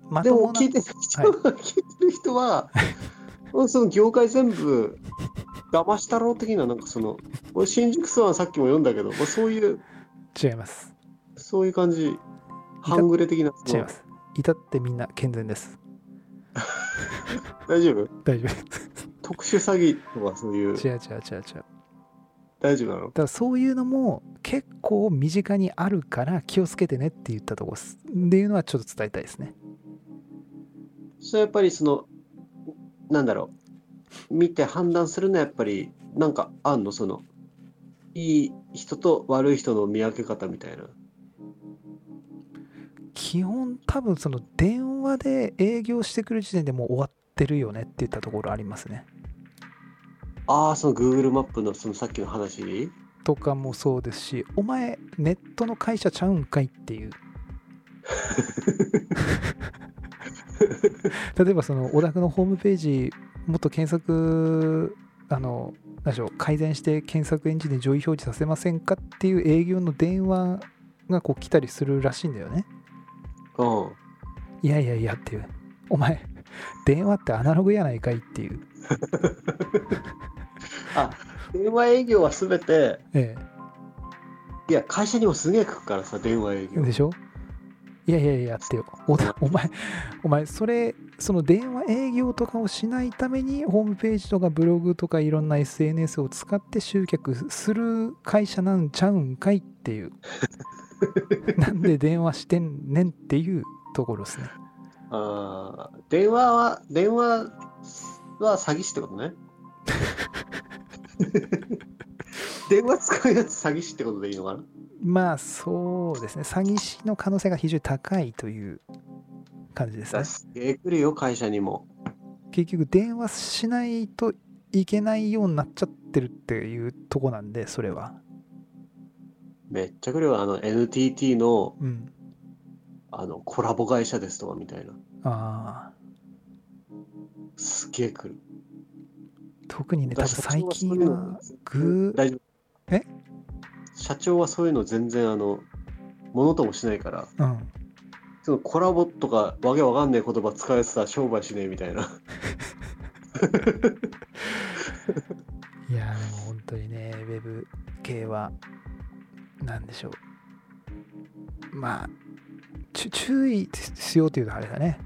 A: ま
B: で
A: と
B: も
A: もな
B: 聞いてる人は、聞いてる 人はその業界全部騙したろう的ななんかその俺新宿スワンさっきも読んだけど、まあ、そういう
A: 違います。
B: そういう感じ半グレ的なそ
A: 違い
B: の
A: ます。至ってみんな健全です。
B: 大丈夫
A: 大丈夫です。
B: 特殊詐欺とかそういう
A: 違う違う違う違う。
B: 大丈夫なの
A: だからそういうのも結構身近にあるから気をつけてねって言ったとこです。っていうのはちょっと伝えたいですね。
B: それはやっぱりそのなんだろう見て判断するのはやっぱりなんかあんのそのいい人と悪い人の見分け方みたいな
A: 基本多分その電話で営業してくる時点でもう終わってるよねって言ったところありますね。
B: ああその Google マップのそのさっきの話
A: とかもそうですし、お前ネットの会社ちゃうんかいっていう。例えばそのお宅のホームページもっと検索あの何でしょう改善して検索エンジンで上位表示させませんかっていう営業の電話がこう来たりするらしいんだよね
B: うん
A: いやいやいやっていうお前電話ってアナログやないかいっていう
B: あ電話営業はすべて
A: え
B: いや会社にもすげえ来くからさ電話営
A: え
B: 業
A: でしょいやいやいやってよお お前お前それその電話営業とかをしないためにホームページとかブログとかいろんな SNS を使って集客する会社なんちゃうんかいっていうなんで電話してんねんっていうところですね
B: あー電話は電話は詐欺師ってことね電話使うやつ詐欺師ってことでいいのかな
A: まあそうですね詐欺師の可能性が非常に高いという感じですね
B: だすげえ来るよ会社にも
A: 結局電話しないといけないようになっちゃってるっていうとこなんでそれは
B: めっちゃ来るよあの NTT の
A: うん
B: あのコラボ会社ですとかみたいな
A: ああ
B: すげえ来る
A: 特にね多分
B: だから社
A: 最
B: 長
A: 近
B: そういうの
A: はグー
B: 大丈夫
A: え
B: 社長はそういうの全然あのものともしないから
A: うん
B: そのコラボとかわけわかんない言葉使えてたら商売しねえみたいな。
A: いやーでも本当にねウェブ系はなんでしょうまあちゅ注意しようというとあれだね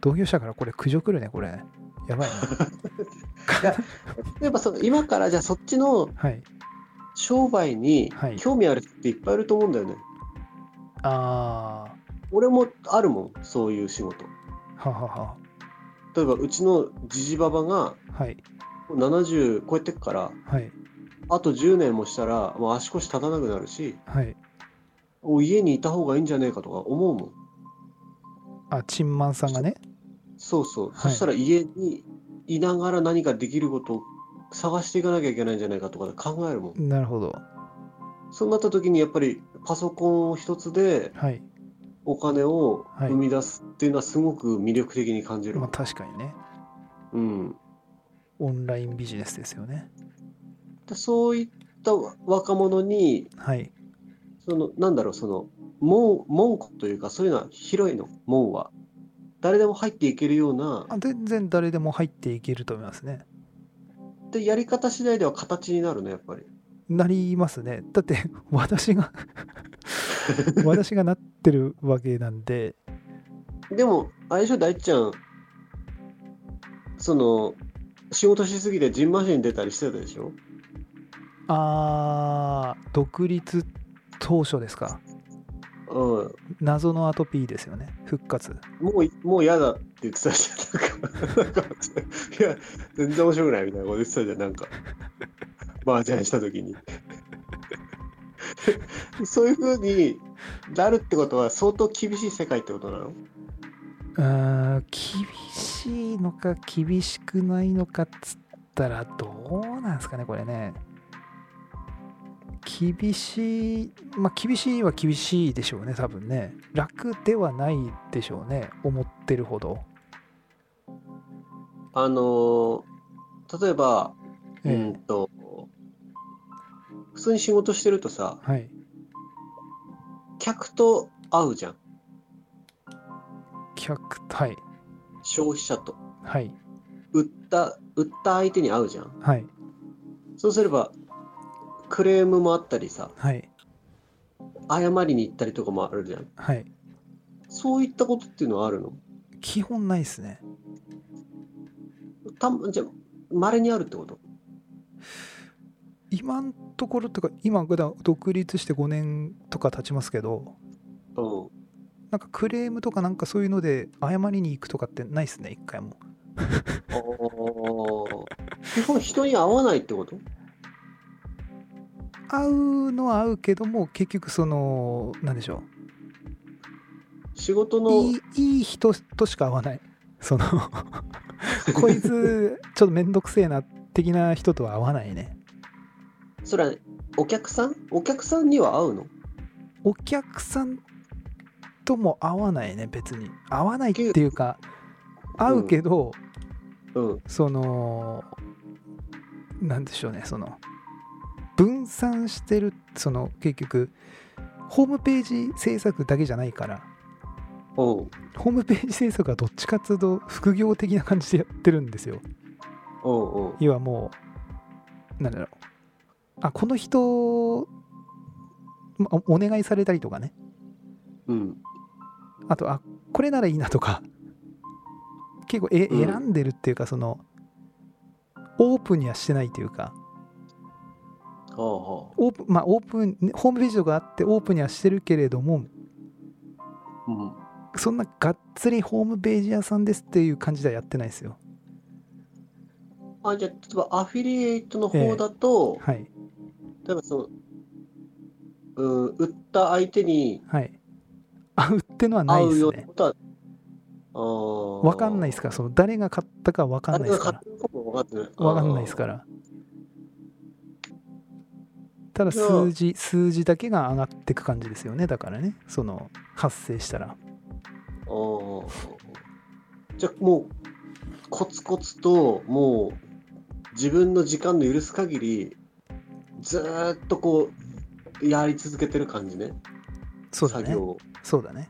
A: 同業者からこれ苦情来るねこれやばい な
B: やっぱその今からじゃあそっちの
A: はい
B: 商売に
A: はい
B: 興味ある人っていっぱいいると思うんだよね。
A: あ
B: 俺もあるもん、そういう仕事。
A: あははは
B: 例えばうちのじじばばが
A: はい
B: 70超えてくから、
A: はい
B: あと10年もしたらもう足腰立たなくなるし、
A: はい
B: お家にいた方がいいんじゃねえかとか思うもん。
A: あチンマンさんがね
B: そうそう。
A: はい
B: そしたら家にいながら何かできることを探していかなきゃいけないんじゃないかとか考えるもん。
A: なるほど
B: そうなった時にやっぱりパソコン一つで
A: はい
B: お金を
A: はい
B: 生み出すっていうのはすごく魅力的に感じる。
A: まあ確かにね
B: うん、
A: オンラインビジネスですよね
B: でそういった若者に
A: はい
B: そのなんだろうその門門戸というかそういうのは広いの門は誰でも入っていけるような
A: あ全然誰でも入っていけると思いますね。
B: でやり方次第では形になるねやっぱり
A: なりますね。だって 私 が私がなってるわけなんで、
B: でも相性大ちゃんその仕事しすぎてジンマシン出たりしてたでしょ
A: あー独立当初ですか。
B: うん
A: 謎のアトピーですよね。復活。
B: もういもう嫌だって言ってたじゃんなんか なんかいや全然面白くないみたいなこと言ってたじゃんなんかバージョンした時に そういうふうになるってことは相当厳しい世界ってことなの
A: うーん厳しいのか厳しくないのかっつったらどうなんですかねこれね厳しいまあ厳しいは厳しいでしょうね多分ね楽ではないでしょうね思ってるほど、
B: あのー例えば、
A: ええ
B: うんと普通に仕事してるとさ
A: はい
B: 客と会うじゃん
A: 客はい
B: 消費者と
A: はい
B: 売った売った相手に会うじゃん
A: はい
B: そうすればクレームもあったりさ
A: はい
B: 謝りに行ったりとかもあるじゃん
A: はい
B: そういったことっていうのはあるの
A: 基本ないですね
B: たじゃまれにあるってこと
A: 今のところとか今普段独立して5年とか経ちますけど
B: うん
A: なんかクレームとかなんかそういうので謝りに行くとかってないですね一回も
B: あー基本人に会わないってこと
A: 合うのは合うけども結局そのなんでしょ
B: 仕事
A: う
B: の
A: いいいい人としか会わないその こいつちょっと面倒くせえな的な人とは会わないね
B: それはお客さんお客さんには会うの
A: お客さんとも会わないね別に会わないっていうか会うけど、
B: うん
A: そのなんでしょうねその分散してるその結局ホームページ制作だけじゃないから
B: うん
A: ホームページ制作はどっちかというと副業的な感じでやってるんですよ。
B: うんうん
A: 要はもう、なんだろう。あ、この人、まおお願いされたりとかね。
B: うん
A: あと、あ、これならいいなとか。結構え、
B: うん
A: 選んでるっていうか、その、オープンにはしてないというか、
B: はあは
A: オープン、まあ、オープン、ホームページとかあってオープンにはしてるけれども、
B: あうん
A: そんながっつりホームページ屋さんですっていう感じではやってないですよ。
B: あじゃあ例えばアフィリエイトの方だと、
A: はい。
B: 例えばその、うん、売った相手に
A: はい。あ、売ってのはな
B: 会
A: いで
B: うよ
A: す
B: う
A: ね
B: な。ことは、あー
A: わかんないですから、その誰が買ったかわかんないですから
B: 誰が買。ってるかもわかんない。
A: わかんないです
B: ら。
A: から。ただ数字、数字だけが上がってく感じですよね。だからね、その発生したら。
B: あーじゃあもう、コツコツと、もう、自分の時間の許す限り、ずーっとこう、やり続けてる感じね、
A: そうだ
B: 作
A: ね
B: 業。を
A: そうだね。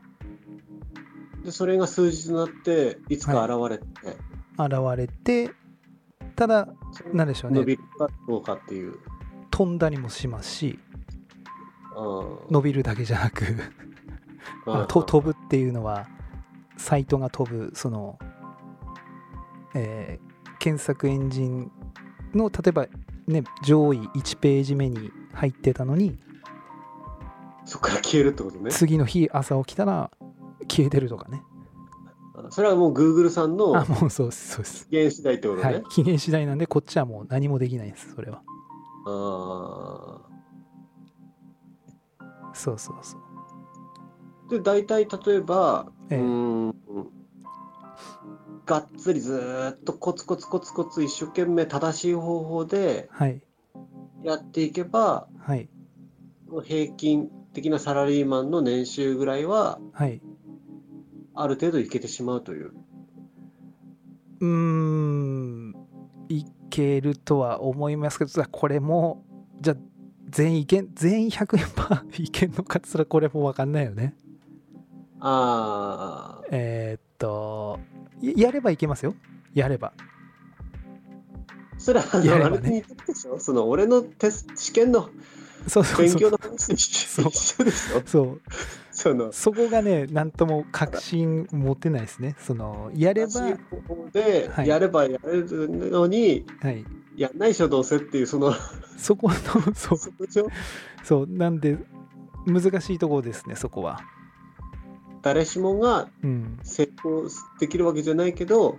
B: で、それが数日になって、いつか現れて、
A: 現れて、ただ、なんでしょう
B: 伸
A: ね、
B: びるかどうかっていう。
A: 飛んだりもしますし、
B: うん
A: 伸びるだけじゃなく、あ のと飛ぶっていうのは、サイトが飛ぶ、その、えー検索エンジンの、例えば、ね、上位1ページ目に入ってたのに、
B: そこから消えるってことね。
A: 次の日朝起きたら消えてるとかね
B: あそれはもう Google さん
A: あ
B: の
A: もうそうですそうです、
B: 機嫌次第ってことね。
A: はい期限次第なんでこっちはもう何もできないですそれは
B: あ
A: そうそうそう
B: ーで大体例えば、
A: ええ
B: うーんがっつりずーっとコツコツコツコツ一生懸命正しい方法で
A: はい
B: やっていけば
A: はい
B: 平均的なサラリーマンの年収ぐらいは
A: はい
B: ある程度いけてしまうという。
A: うーんいけるとは思いますけどさこれもじゃあ全員いけん全員100%いけんのかっつったらこれも分かんないよね
B: あ
A: えーっとややればいけますよ。やれば。
B: それはあ
A: やれ
B: の、
A: ば
B: あ
A: ね
B: れに言ったでしょその俺のテス試験の
A: そうそう
B: 勉
A: そ
B: 強
A: う。
B: の話と一
A: そう
B: 緒一緒でしょ
A: そう
B: その
A: そこがね、なんとも確信持てないですね。その、やれば、
B: 同じ方法で
A: はい
B: やればやれるのに、
A: はい。
B: やんないでしょどうせってい うその
A: そこの、そう、
B: そこでしょ
A: そう、なんで、難しいところですね、そこは。
B: 誰しもが
A: うん。
B: 成功できるわけじゃないけど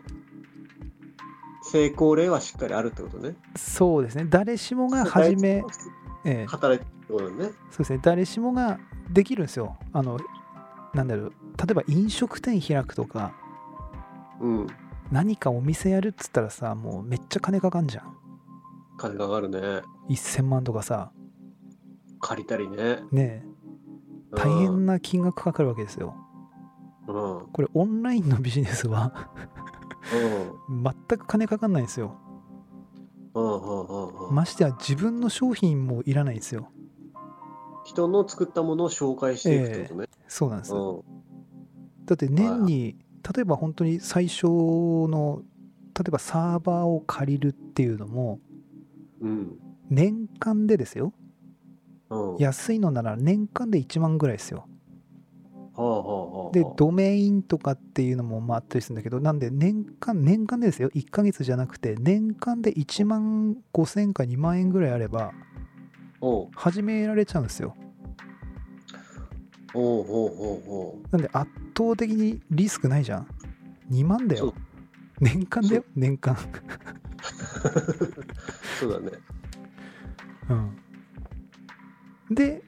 B: 成功例はしっかりあるってことね。
A: そうですね。誰しもが始め、ええ
B: 働いてるってことね。
A: そうですね誰しもができるんですよあのなんだろう例えば飲食店開くとか
B: うん。
A: 何かお店やるっつったらさもうめっちゃ金かかんじゃん
B: 金が上がるね。
A: 1000万とかさ
B: 借りたりね。
A: ねえ
B: うん
A: 大変な金額かかるわけですよ
B: うん。うん。
A: これオンラインのビジネスは全く金かかんないんですよ
B: うん。うんうん。うん。
A: ましてや自分の商品もいらないんですよ
B: 人の作ったものを紹介していくってことね。
A: そうなんですだ
B: うん。
A: って年に例えば本当に最初の例えばサーバーを借りるっていうのも
B: うん。
A: 年間でですよ
B: うん。
A: 安いのなら年間で1万ぐらいですよ。
B: はあはあはあ。
A: で、ドメインとかっていうのもまああったりするんだけど、なんで年間、年間でですよ、1ヶ月じゃなくて、年間で1万5千か2万円ぐらいあれば、
B: おう
A: 始められちゃうんですよ。
B: おうおうおうおう。
A: なんで圧倒的にリスクないじゃん。2万だ
B: そう
A: よ。年間だよ
B: そ、
A: 年間。
B: そうだね。
A: うん。で、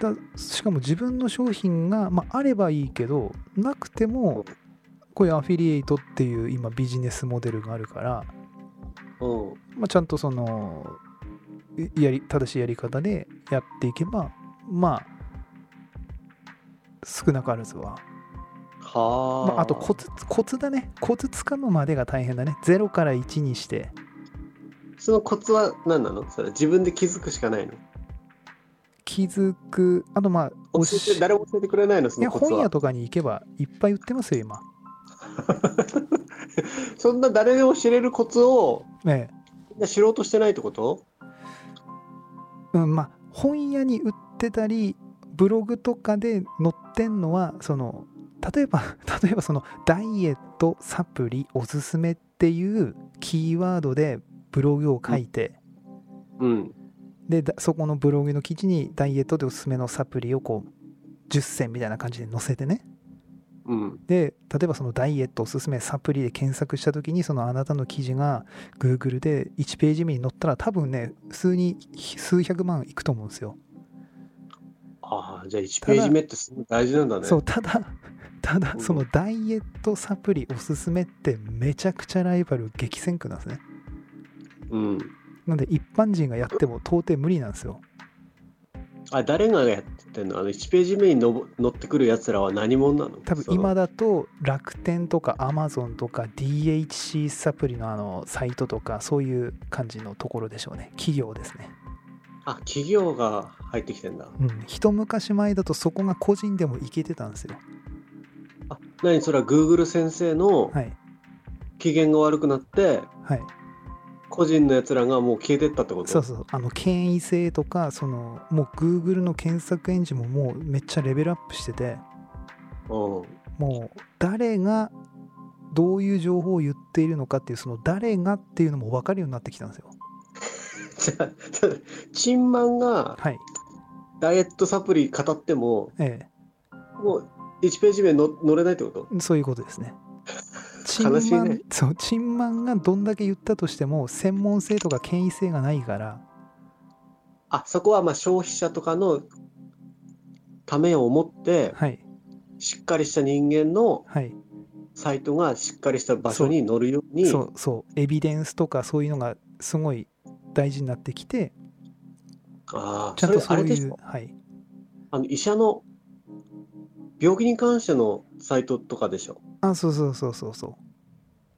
A: だしかも自分の商品が、まあ、あればいいけど、なくても、こういうアフィリエイトっていう今ビジネスモデルがあるから、
B: うん。
A: まあ、ちゃんとそのいやり正しいやり方でやっていけばまあ少なからずはあ,、
B: はあ。
A: まあ、あとコツコツだねコツつかむまでが大変だね0から1にして
B: そのコツは何なのそれ自分で気づくしかないの
A: 気づくあとまあ
B: 教
A: おし
B: えて誰も教えてくれないのそ
A: いや
B: のコツ
A: 本屋
B: は
A: とかに行けばいっぱい売ってますよ今、
B: そんな誰でも知れるコツを
A: ええ
B: みんな知ろうとしてないってこと
A: うん、まあ本屋に売ってたりブログとかで載ってんのはその例えば 例えばそのダイエットサプリおすすめっていうキーワードでブログを書いて、
B: うん
A: でだそこのブログの記事にダイエットでおすすめのサプリをこう10選みたいな感じで載せてね
B: うん
A: で例えばそのダイエットおすすめサプリで検索した時にそのあなたの記事が Google で1ページ目に載ったら多分ね普通に数百万いくと思うんですよ
B: ああじゃあ1ページ目ってすごい大事なんだね
A: そうただ ただ
B: うん
A: そのダイエットサプリおすすめってめちゃくちゃライバル激戦区なんですね
B: うん
A: なんで一般人がやっても到底無理なんですよ
B: あ誰がやってんのあの1ページ目にのぼ乗ってくるやつらは何者なの
A: 多分
B: その
A: 今だと楽天とかアマゾンとか DHC サプリのあのサイトとかそういう感じのところでしょうね企業ですね
B: あ企業が入ってきてんだ
A: うん一昔前だとそこが個人でもいけてたんですよ
B: あ何それは Google 先生の
A: はい
B: 機嫌が悪くなって
A: はい
B: 個人のやつらがもう消えてったってこと
A: そうそうあの権威性とかそのもう Google の検索エンジンももうめっちゃレベルアップしてて
B: うん
A: もう誰がどういう情報を言っているのかっていうその誰がっていうのも分かるようになってきたんですよ。
B: じゃあそれチンマンが
A: はい。
B: ダイエットサプリ語っても、
A: え
B: もう1ページ目の乗れないってこと
A: え、そういうことですね。チン
B: 悲しい
A: マ
B: ね
A: ン、そう、チンマンがどんだけ言ったとしても、専門性とか権威性がないから、
B: あそこはまあ消費者とかのためを思って
A: はい、
B: しっかりした人間の
A: はい、
B: サイトがしっかりした場所に乗るように
A: そう、そう、エビデンスとかそういうのがすごい大事になってきて、
B: ああ
A: ちゃんと
B: そ
A: そ
B: れあ
A: う
B: れで
A: い
B: し
A: う
B: ょ、
A: はい、
B: あの医者の病気に関してのサイトとかでしょ
A: あ、そうそうそうそうそ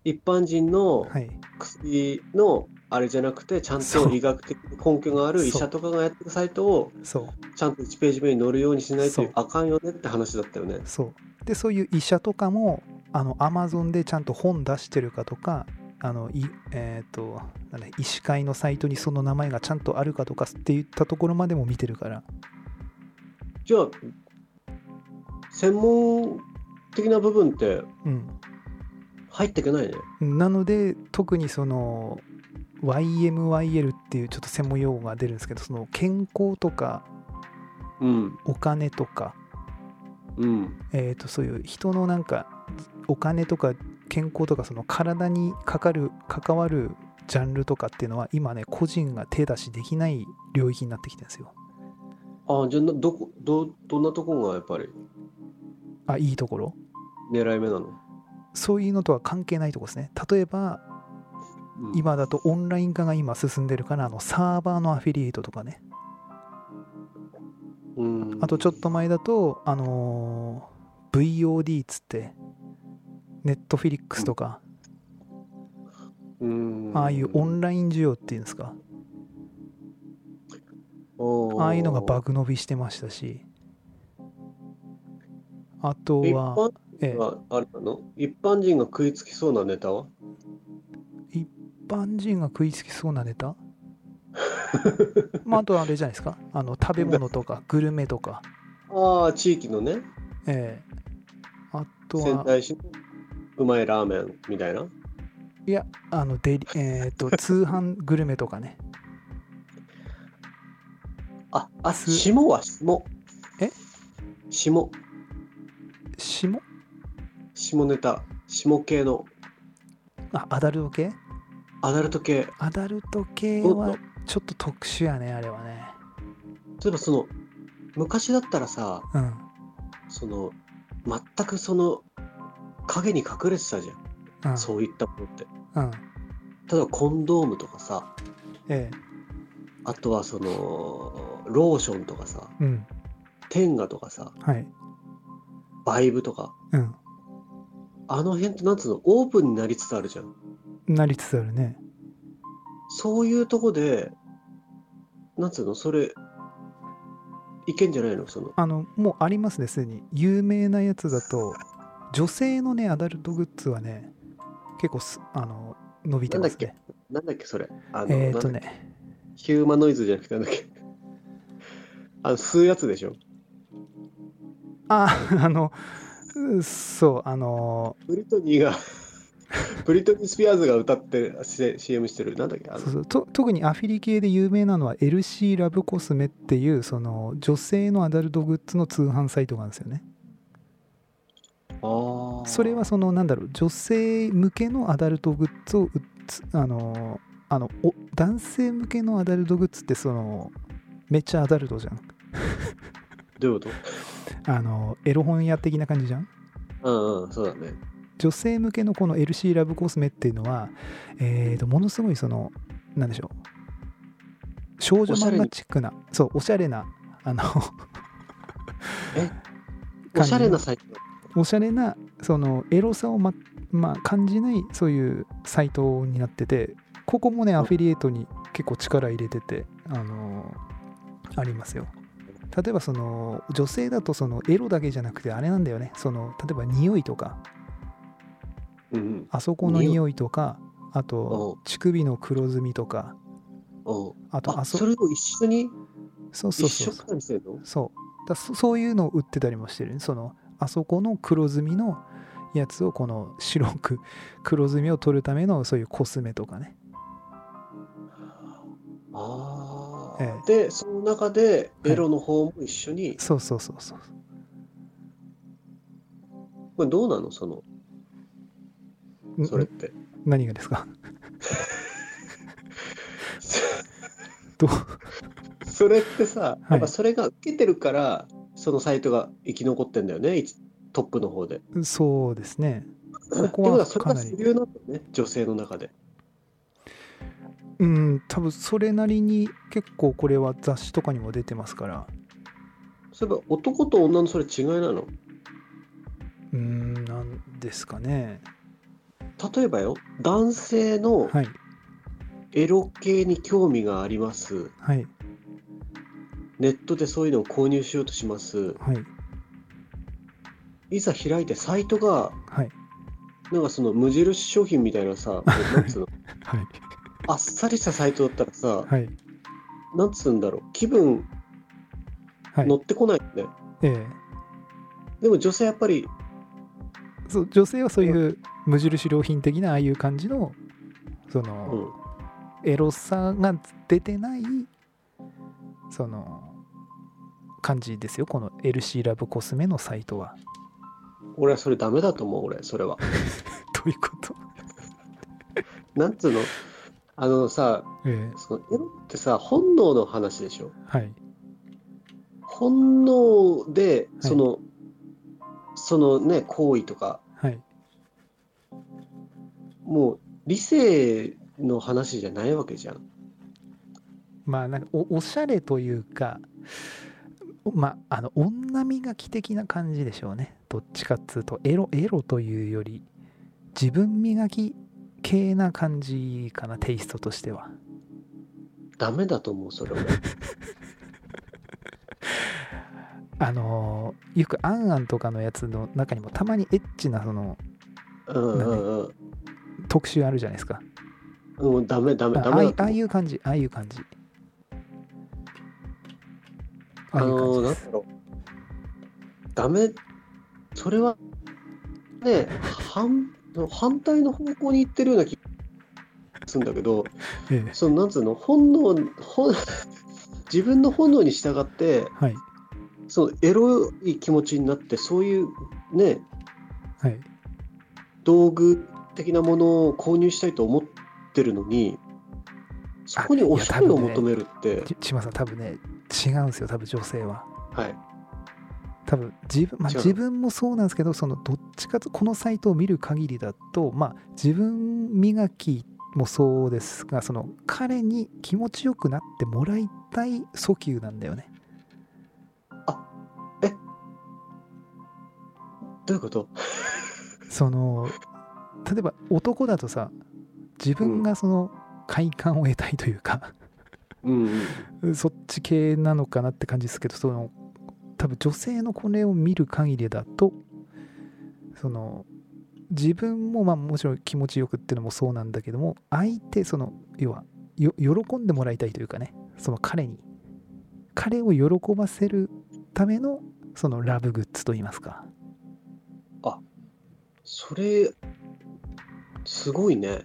B: 一般人の
A: う、はい、
B: 薬のあれじゃなくてちゃん
A: そ
B: と
A: う
B: 医学的根拠がある医者とかがやってるサイトを
A: そう。
B: ちゃんと1ページ目に載るようにしない
A: そ
B: と
A: う
B: あかんよねって話だったよね。
A: そうでそういう医者とかもあの Amazon でちゃんと本出してるかとかあのいえっ、となんだ医師会のサイトにその名前がちゃんとあるかとかっていったところまでも見てるから
B: じゃあ、専門的な部分って
A: うん
B: 入っていけないね。
A: なので特にその YMYL っていうちょっと専門用語が出るんですけどその健康とか
B: うん、
A: お金とか、
B: うん、
A: えー、とそういう人のなんかお金とか健康とかその体にかかる関わるジャンルとかっていうのは今ね個人が手出しできない領域になってきてるんですよ。
B: あじゃあなどこど、どんなとこがやっぱり
A: あいいところ
B: 狙い目なの、
A: そういうのとは関係ないとこですね。例えば
B: うん、
A: 今だとオンライン化が今進んでるからあのサーバーのアフィリエイトとかね
B: うん、
A: あとちょっと前だと、あのー VOD っつって、ネットフィリックスとか、
B: うん、
A: ああいうオンライン需要っていうんですか、ああいうのがバグ
B: ク
A: 伸びしてましたし、あと
B: 一
A: は、
B: 般
A: ええ
B: 人はあれなの一般人が食いつきそうなネタは
A: 一般人が食いつきそうなネタまあ、あとはあれじゃないですか、あの食べ物と かグルメとか、
B: ああ、地域のね、
A: ええあと
B: 仙
A: は、
B: 台市のうまいラーメンみたいな。
A: いや、あのデリ、えっと通販グルメとかね、
B: あ、あ、
A: す
B: 霜は霜。
A: え
B: 霜、
A: 霜
B: 霜ネタ、霜系の
A: あアダルト系
B: アダルト系。
A: アダルト系
B: おっ
A: は
B: と
A: ちょっと特殊やねあれはね
B: 例えばその昔だったらさ
A: うん
B: その全くその影に隠れてたじゃん、
A: うん
B: そういったものって
A: うん
B: 例えばコンドームとかさ
A: ええ
B: あとはそのローションとかさ
A: うん
B: テンガとかさ
A: はい
B: バイブとか
A: うん
B: あの辺ってなんつうのオープンになりつつあるじゃん
A: なりつつあるね
B: そういうとこでなんつうのそれいけんじゃないのその
A: あのもうありますねすでに有名なやつだと女性のねアダルトグッズはね結構すあの伸びてますね
B: なんだっけそれあの、
A: えっ、
B: なん
A: と
B: だっけ
A: ね
B: ヒューマノイズじゃなくてなんだっけ あの吸うやつでしょ
A: ああ のうそうあの
B: ブリトニーが ブリトニー・スピアーズが歌ってるし CM してるなんだっけあの
A: そうそうと特にアフィリ系で有名なのは LC ラブコスメっていうその女性のアダルトグッズの通販サイトがあるんですよね
B: あー
A: それはそのなんだろう女性向けのアダルトグッズを売っつあのあのお男性向けのアダルトグッズってそのめっちゃアダルトじゃん
B: どういうこ
A: あのエロ本屋的な感じじゃん
B: とうんうんそうだね
A: 女性向けのこの LC ラブコスメっていうのはえーとものすごいそのなんでしょう少女漫画チックなそうおしゃれなあの
B: え
A: 感じの
B: おしゃれなサイト
A: おしゃれなそのエロさをま、まあ、感じないそういうサイトになっててここもねアフィリエイトに結構力入れててあのありますよ例えばその女性だとそのエロだけじゃなくてあれなんだよねその例えば匂いとか
B: うんうん
A: あそこの
B: 匂い
A: 匂いとかあと乳首の黒ずみとか
B: うん
A: あと
B: あ
A: あそ
B: それを一緒に
A: そうそう
B: 一
A: そ
B: 緒
A: う
B: くたにしてるの
A: そうだそそういうのを売ってたりもしてるねそのあそこの黒ずみのやつをこの白く 黒ずみを取るためのそういうコスメとかね
B: ああ、
A: え
B: でその中で
A: はい
B: エロの方も一緒に、
A: そうそうそうそう
B: これどうなのその
A: ん
B: それっ
A: ん
B: て
A: 何がですか どう
B: それってさ
A: い
B: やっぱそれが受けてるから、そのサイトが生き残ってんだよねいつトップの方で
A: そうですねここ
B: ってこと
A: は
B: はそれ
A: か
B: が
A: な
B: 主
A: り
B: 流なんだよね女性の中で
A: うん多分それなりに結構これは雑誌とかにも出てますから
B: そういえば男と女のそれ違いなの
A: うーんなんですかね
B: 例えばよ男性の
A: はい
B: エロ系に興味があります
A: はい
B: ネットでそういうのを購入しようとします
A: はい
B: いざ開いてサイトが
A: はい
B: なんかその無印商品みたい なさ、なんつうの、
A: はい。
B: あっさりしたサイトだったらさ、
A: はい。
B: なんつうんだろう、気分
A: はい
B: 乗。ってこないよね。
A: ええ
B: でも女性やっぱり、
A: そう女性はそういう無印良品的なああいう感じのその、
B: うん、
A: エロさが出てないその感じですよこの LC ラブコスメのサイトは。
B: 俺はそれダメだと思う、俺、それは。
A: どういうこと、
B: なんつうの、あのさ、
A: ええ
B: そのエロってさ、本能の話でしょ。
A: はい
B: 本能で、その、そのね、行為とか、
A: はい
B: もう理性の話じゃないわけじゃん。
A: まあなんかおおしゃれというかまああの女磨き的な感じでしょうねどっちかっつうとエロエロというより自分磨き系な感じかなテイストとしては。
B: ダメだと思う、それ俺。
A: あのーよく「アンアン」とかのやつの中にもたまにエッチなその
B: うんうんうん。
A: 特集あるじゃないですか
B: もうダメダメ
A: あ
B: ダ
A: ああいあ
B: メだ
A: あ
B: と思う。
A: いう感じああいう感じあ
B: あ
A: あいう
B: の
A: 感じ
B: な
A: で
B: ん
A: す
B: だろう。ダメ。それはね反反対の方向に行ってるような気がするんだけど、
A: ええ
B: そのなんつうの本能本 自分の本能に従って
A: はい
B: そのエロい気持ちになってそういうね
A: はい
B: 道具的なものを購入したいと思ってるのにそこにおしゃれを求めるって、
A: ち千葉さん多分ね違うんですよ多分女性は
B: はい
A: 多分自分,、まあ、
B: 違うの
A: 自分もそうなんですけどそのどっちかとこのサイトを見る限りだとまあ自分磨きもそうですがその彼に気持ちよくなってもらいたい訴求なんだよね
B: どういうこと
A: その例えば男だとさ自分がその快感を得たいというか、
B: うんうん
A: そっち系なのかなって感じですけどその多分女性のこれを見る限りだとその自分もまあもちろん気持ちよくっていうのもそうなんだけども相手その要はよ喜んでもらいたいというかねその彼に彼を喜ばせるためのそのラブグッズといいますか
B: それすごいね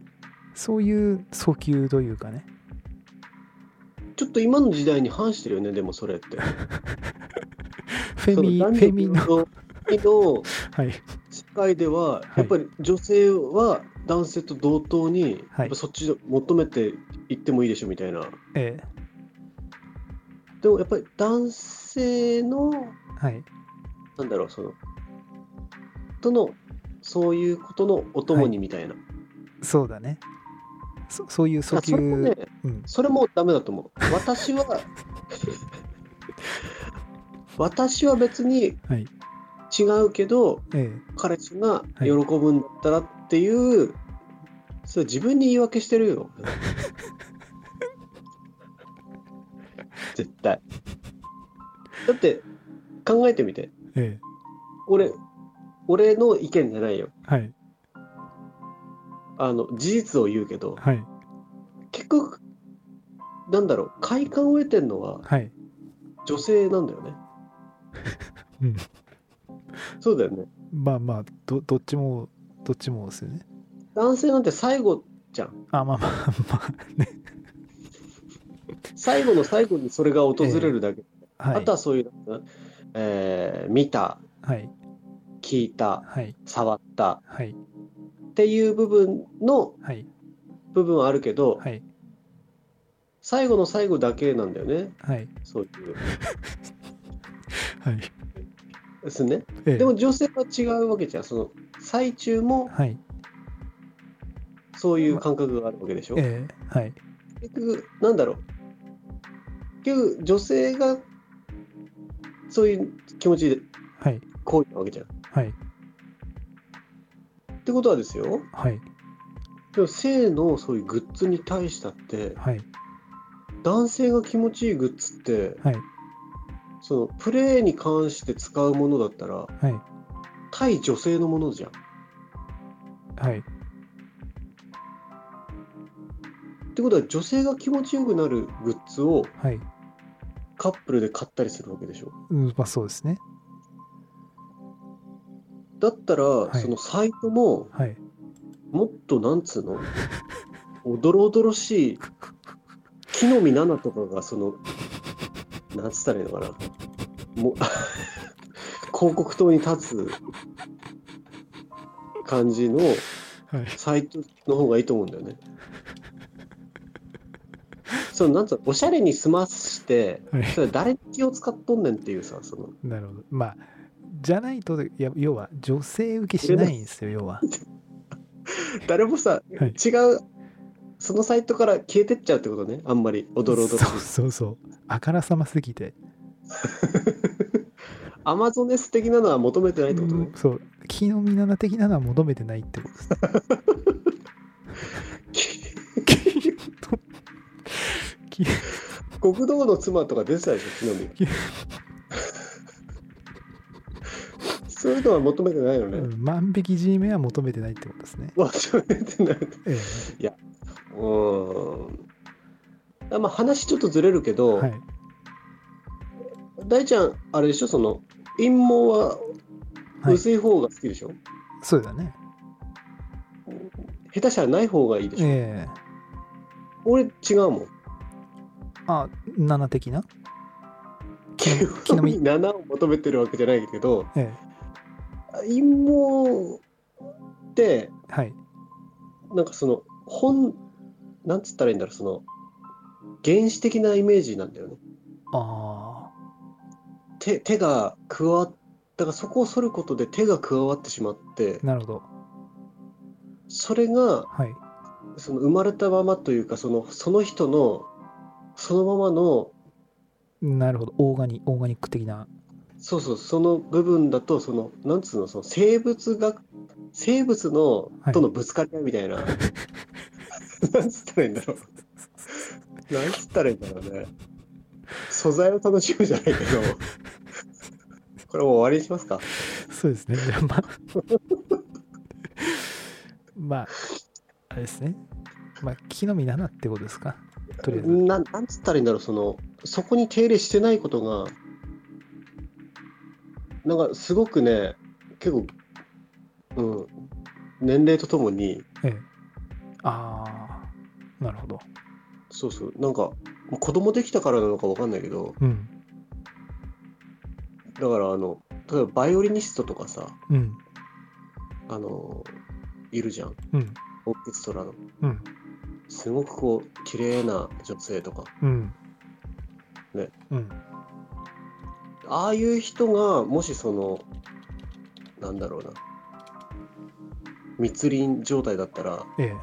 A: そういう訴求というかね
B: ちょっと今の時代に反してるよねでもそれって
A: フェミフ
B: その
A: ェミの
B: 男女の
A: はい
B: 世界では、
A: い
B: やっぱり女性は男性と同等に、
A: はい
B: やっぱそっちを求めていってもいいでしょみたいな。
A: ええ
B: でもやっぱり男性の、
A: はい
B: なんだろう、その、との、そういうことのお供にみたいな。
A: そうだねそそういう訴
B: あそれもね
A: 求、、うん、
B: それもダメだと思う。私 は、私は別に
A: はい
B: 違うけど、
A: ええ
B: 彼氏が喜ぶんだったらっていう、それ自分に言い訳してるよ。絶対。だって考えてみて。
A: ええ
B: 俺、俺の意見じゃないよ。
A: はい
B: あの、事実を言うけど、
A: はい
B: 結局、なんだろう、快感を得てんのは
A: はい
B: 女性なんだよね。
A: うん
B: そうだよね。
A: まあまあどどっちもどっちもですよね
B: 男性なんて最後じゃん。
A: あまあま あま
B: 最後の最後にそれが訪れるだけ。
A: あは
B: あ
A: い
B: とはそういう、えー見た、
A: はい
B: 聞いた、
A: はい
B: 触った
A: はい
B: っていう部分の
A: はい
B: 部分はあるけど、
A: はい
B: 最後の最後だけなんだよね、
A: はい
B: そういう。
A: はい
B: ですね。
A: ええ
B: でも女性は違うわけじゃん。その最中も
A: はい
B: そういう感覚があるわけでしょ。
A: ええはい
B: 結局、なんだろう。結局、女性がそういう気持ちで
A: はい
B: 行為なわけじゃん。っ
A: はい
B: てことはですよ、
A: はい
B: でも性のそういうグッズに対したって、
A: はい
B: 男性が気持ちいいグッズって、
A: はい
B: そのプレーに関して使うものだったら
A: はい
B: 対女性のものじゃん
A: はい。
B: ってことは女性が気持ちよくなるグッズを
A: はい。
B: カップルで買ったりするわけでしょ
A: うん、まあそうですね。
B: だったら、
A: い
B: そのサイトも
A: はい。
B: もっとなんつうのおどろおどろしい木の実奈々とかがそのなんつったらいいのかなもう 広告塔に立つ感じの
A: はい。
B: サイトの方がいいと思うんだよね。 そのなんつうのおしゃれに済まして
A: はい
B: それ誰に気を使っとんねんっていうさその
A: なるほど。まあ、じゃないと、いや要は女性受けしないんですよ、要は。
B: 誰もさ、
A: はい
B: 違うそのサイトから消えてっちゃうってことねあんまり驚々しい
A: そうそうそう。あからさますぎて。
B: アマゾネス的なのは求めてないってことね
A: うんそう。木の実七的なのは求めてないってことです。木
B: 国道の妻とか出てたでしょ木の実そういうのは求めてないよね、
A: うん万引き G メは求めてないってことですね。
B: 求めてない
A: え
B: うーんあまあ話ちょっとずれるけ
A: え
B: ど、
A: はい。
B: 大ちゃんあれでしょその陰謀は
A: はい。
B: 薄い方が好きでしょ、
A: そうだね。
B: 下手したらない方がいいでしょ、
A: ええ
B: 俺違うもん
A: あ、7的な
B: 木の実7を求めてるわけじゃないけど
A: え
B: 陰謀って
A: えはい。
B: なんかその本なんつったらいいんだろうその原始的なイメージなんだよね
A: あ
B: 手手が加わっだからそこを剃ることで手が加わってしまって
A: あ、なるほど。
B: それが
A: はい。
B: その生まれたままというかそのその人のそのままの
A: なるほど。オーガニオーガニック的な。
B: そうそうその部分だとそのなんつうのその生物学生物の、
A: はい
B: とのぶつかり合いみた いななんつったらいいんだろうなんつったらいいんだろうね素材を楽しむじゃないけどこれもう終わりにしますか
A: そうですね。 じゃあまあ。まあ、あれですね。まあ、木の実7ってことですか。とりあえず。
B: ななんつったらいいんだろうそのそこに手入れしてないことがなんかすごくね結構うん年齢とともに
A: ええ。ああ、なるほど。
B: そうそうなんか子供できたからなのかわかんないけど
A: うん。
B: だからあの例えばバイオリニストとかさ
A: うん。
B: あのいるじゃん
A: うん。
B: オーケストラの
A: うん。
B: すごくこう綺麗な女性とか
A: うん。
B: ね。
A: うん。
B: ああいう人がもしそのなんだろうな密林状態だったら
A: え え。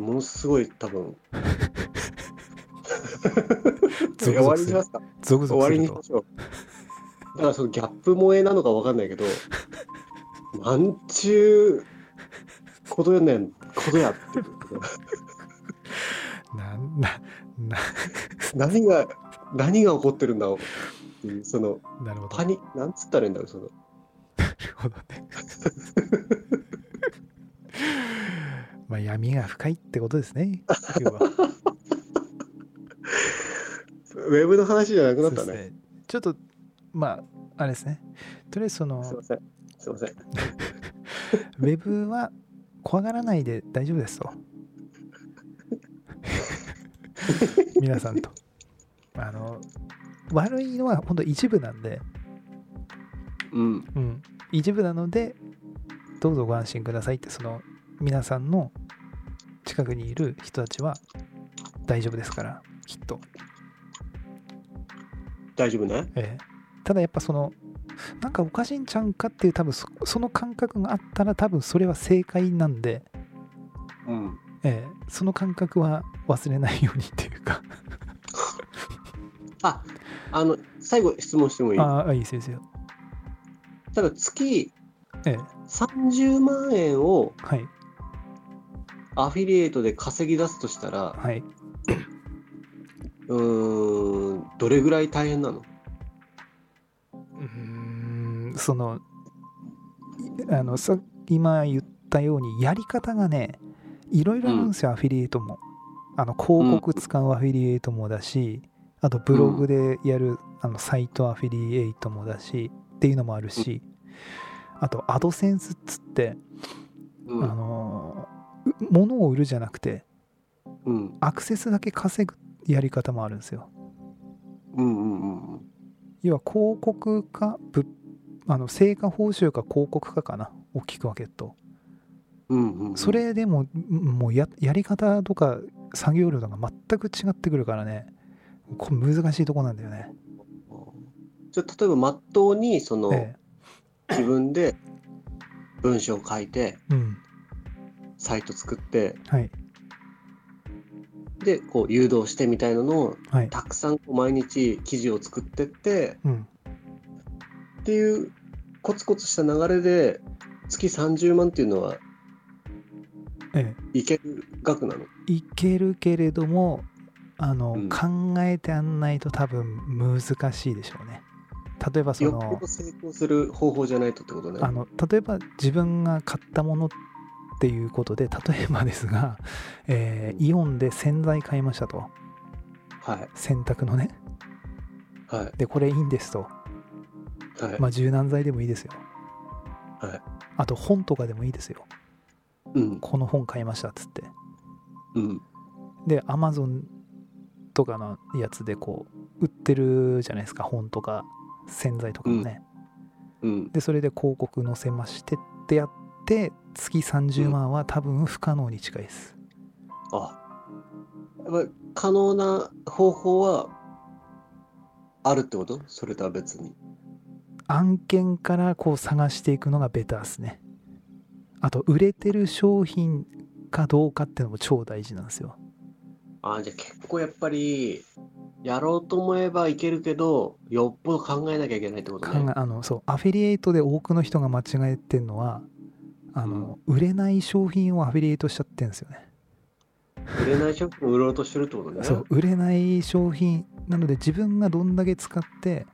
B: ものすごい多 分
A: ゾ
B: 終
A: ク
B: わ
A: ゾクす
B: りにし
A: る
B: ますか
A: ゾクゾク
B: 終わ
A: す
B: り
A: る
B: にしま
A: と。
B: しょうだからそのギャップ萌えなのかわかんないけどなんちゅうことやねんことやっていう
A: なんな、な、
B: 何が何が起こってるんだろうっていうその
A: なるほど。
B: パニなんつったらいいんだろうその
A: なるほどね。 まあ闇が深いってことですね。要 は
B: ウェブの話じゃなくなっ
A: そ
B: た
A: う
B: ね
A: ですねちょっとまああれですね。とりあえずその
B: すいませんすいません
A: ウェブは怖がらないで大丈夫ですと。皆さんと。あの悪いのは本当一部なんで、
B: うん
A: うん、一部なのでどうぞご安心くださいってその皆さんの近くにいる人たちは大丈夫ですからきっと、
B: 大丈夫ね
A: ええただやっぱそのなんかおかしいんちゃうんかっていう多分そその感覚があったら多分それは正解なんで、
B: うん
A: ええその感覚は忘れないようにっていうか
B: ああの最後質問してもいい
A: ああいいですよいいですよ
B: ただ月
A: ええ
B: 30万円を
A: はい
B: アフィリエイトで稼ぎ出すとしたら
A: はいう
B: ーんどれぐらい大変なの
A: うーんそのいあのさ今言っったようにやり方がねいろいろあるんですよ、アフィリエイトもあの広告使うアフィリエイトもだし、あとブログでやる、あのサイトアフィリエイトもだしっていうのもあるし、あとアドセンスっつって、
B: うん
A: あのう物を売るじゃなくて
B: うん
A: アクセスだけ稼ぐやり方もあるんですよ
B: うんうんうん
A: 要は広告かぶあの成果報酬か広告かかな大きく分けると
B: うんうんうん
A: それでももうややり方とか作業量とか全く違ってくるからねこ難しいとこなんだよね、
B: じゃあ例えばまっとうにその、
A: え
B: 自分で文章を書いて
A: えうん
B: サイト作って
A: はい
B: でこう誘導してみたいなのを
A: はい
B: たくさんこう毎日記事を作ってって
A: うん
B: っていうコツコツした流れで月30万っていうのは
A: え
B: いける額なの
A: えいけるけれどもあの、
B: うん
A: 考えてやんないと多分難しいでしょうね例えばそ
B: よっぽ
A: の
B: ど成功する方法じゃないとってことね。
A: あの例えば自分が買ったものっていうことで例えばですが、 えーイオンで洗剤買いましたと
B: はい
A: 洗濯のね
B: はい
A: でこれいいんですと、
B: はい、
A: まあ、柔軟剤でもいいですよ
B: はい
A: あと本とかでもいいですよ
B: うん
A: この本買いましたっつって
B: うん
A: でアマゾンとかのやつでこう売ってるじゃないですか本とか洗剤とかもね、
B: うん
A: でそれで広告載せましてってやって月30万は多分不可能に近いです、
B: あやっぱり可能な方法はあるってことそれとは別に。
A: 案件からこう探していくのがベターですねあと売れてる商品かどうかっていうのも超大事なんですよ
B: あーじゃあ結構やっぱりやろうと思えばいけるけどよっぽど考えなきゃいけないってこと
A: 考
B: ね。
A: えあのそうアフィリエイトで多くの人が間違えてるのはあの、売れない商品をアフィリエイトしちゃってるんですよね
B: 売れない商品を売ろうとしてるってことね。
A: そう売れない商品なので自分がどんだけ使って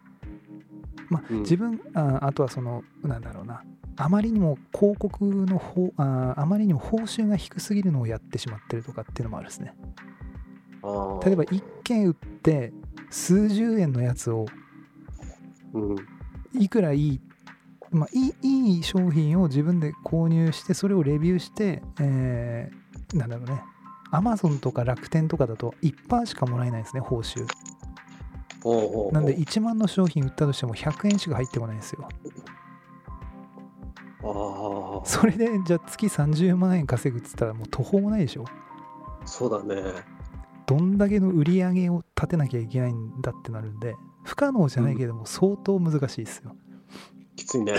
A: まあ、
B: うん
A: 自分ああとはそのなんだろうなあまりにも広告の方ああまりにも報酬が低すぎるのをやってしまってるとかっていうのもあるですね
B: あー
A: 例えば1件売って数十円のやつを
B: うん
A: いくらいい,、まあ、いいいい商品を自分で購入してそれをレビューして、えーなんだろうねアマゾンとか楽天とかだと1%しかもらえないですね報酬
B: ほうほうほう
A: なんで1万の商品売ったとしても100円しか入ってこないんですよ
B: あー
A: それでじゃあ月30万円稼ぐっつったらもう途方もないでしょ
B: そうだね。
A: どんだけの売り上げを立てなきゃいけないんだってなるんで不可能じゃないけれども相当難しいですよ、
B: きついね。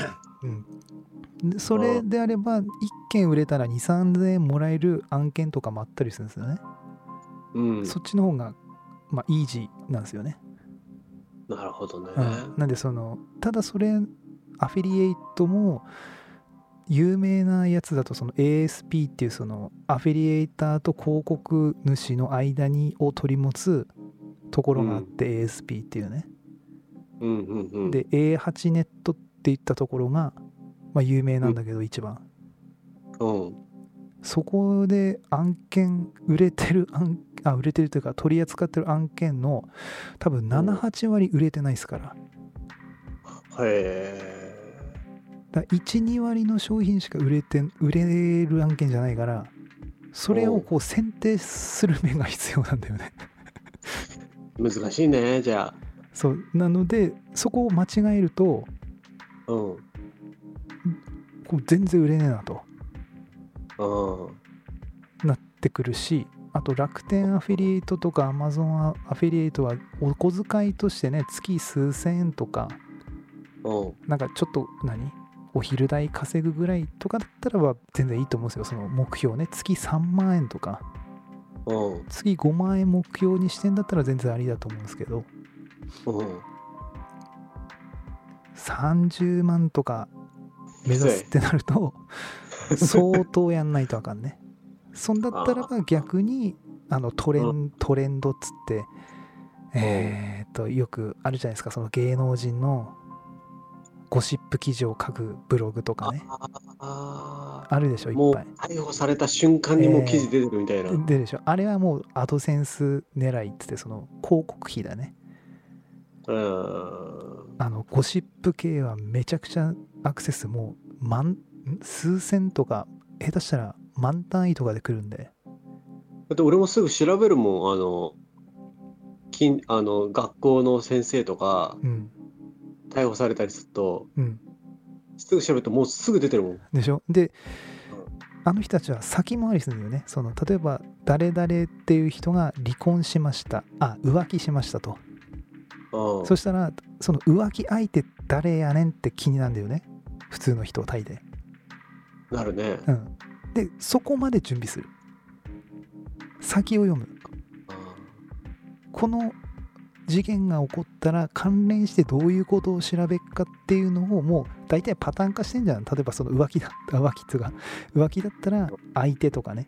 A: うん、でそれであれば1件売れたら2 3 0円もらえる案件とかもあったりするんですよね、
B: うん、
A: そっちの方がまあイージーなんですよね、
B: なるほどね。
A: うん、なんでそのただそれアフィリエイトも有名なやつだとその ASP っていうそのアフィリエイターと広告主の間にを取り持つところがあって ASP っていうね、
B: うんうんうん、
A: で A8 ネットっていったところが、まあ、有名なんだけど一番、
B: うん、
A: そこで案件売れてる案あ売れてるというか取り扱ってる案件の多分78割売れてないですから
B: へえ。
A: だ12割の商品しか売れて売れる案件じゃないからそれをこう選定する目が必要なんだよね
B: 難しいね、じゃ
A: そうなのでそこを間違えると
B: あ。うん。うん。
A: こう全然売れねえなとなってくるしあと楽天アフィリエイトとかアマゾンアフィリエイトはお小遣いとしてね月数千円とか
B: うん。
A: なんかちょっと何お昼代稼ぐぐらいとかだったらば全然いいと思うんですよその目標ね月3万円とか
B: うん。
A: 次5万円目標にしてんだったら全然ありだと思うんですけど
B: うん。
A: 30万とか目指すってなると相当やんないとあかんねそんだったらば逆にあのトレ
B: う
A: ントレンドっつってえーっとよくあるじゃないですかその芸能人のゴシップ記事を書くブログとかね
B: あ
A: あるでしょ
B: あ、
A: い
B: も
A: っ
B: う
A: ぱい
B: 逮捕された瞬間にもう記事出てるみたいな。
A: ででしょあれはもうアドセンス狙いっつってその広告費だね
B: うん
A: あのゴシップ系はめちゃくちゃアクセスもう万ん数千とか下手したら万単位とかで来るんで
B: だって俺もすぐ調べるもん、あの、近あの学校の先生とか
A: うん
B: 逮捕されたりすると、
A: うん
B: すぐ調べるともうすぐ出てるもん。
A: でしょであの人たちは先回りするんだよねその例えば誰々っていう人が離婚しましたあ浮気しましたと
B: うん、
A: そしたらその浮気相手誰やねんって気になるんだよね普通の人タイで
B: なるね。
A: うんでそこまで準備する先を読むこの事件が起こったら関連してどういうことを調べっかっていうのをもう大体パターン化してんじゃん例えばその浮気だった浮気っつうか浮気だったら相手とかね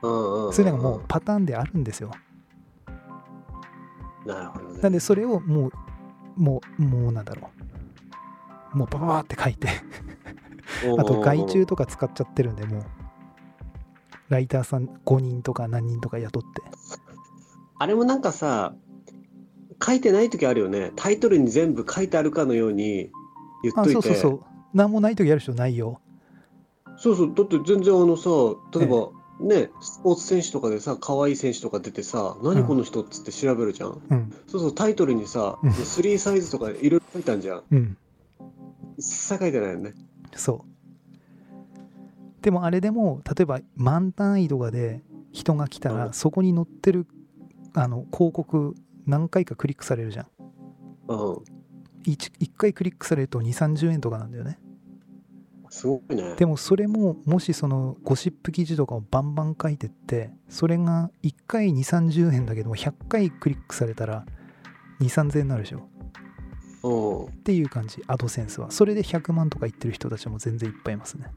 B: うんうん
A: そういうのがもうパターンであるんですよ
B: うん。なるほどね。
A: なんでそれをもうもうもうなんだろうもうバババって書いて
B: うんうんうん
A: あと外注とか使っちゃってるんでもうライターさん5人とか何人とか雇って
B: あれもなんかさ、書いてない時あるよね。タイトルに全部書いてあるかのように言っ
A: あ
B: といて。
A: そうそうそう何もない時あるでしょ内容
B: そうそうだって全然あのさ、例えば、ね、スポーツ選手とかでさ、可愛い選手とか出てさ、何この人っつって調べるじゃん。
A: うん
B: そうそう、タイトルにさ、
A: うん
B: 3サイズとかいろいろ書いたんじゃん。
A: うん
B: 一切書いてないよね。
A: そうでもあれでも例えば満単位とかで人が来た
B: う
A: ら
B: ん
A: そこに載ってるあの広告何回かクリックされるじゃん
B: うん。
A: 1, 回クリックされると2 3 0円とかなんだよね
B: すごいね。
A: でもそれももしそのゴシップ記事とかをバンバン書いてってそれが1回2 3 0円だけども100回クリックされたら2 3 0 0円になるでしょ
B: うん。
A: っていう感じアドセンスはそれで100万とか言ってる人たちも全然いっぱいいますね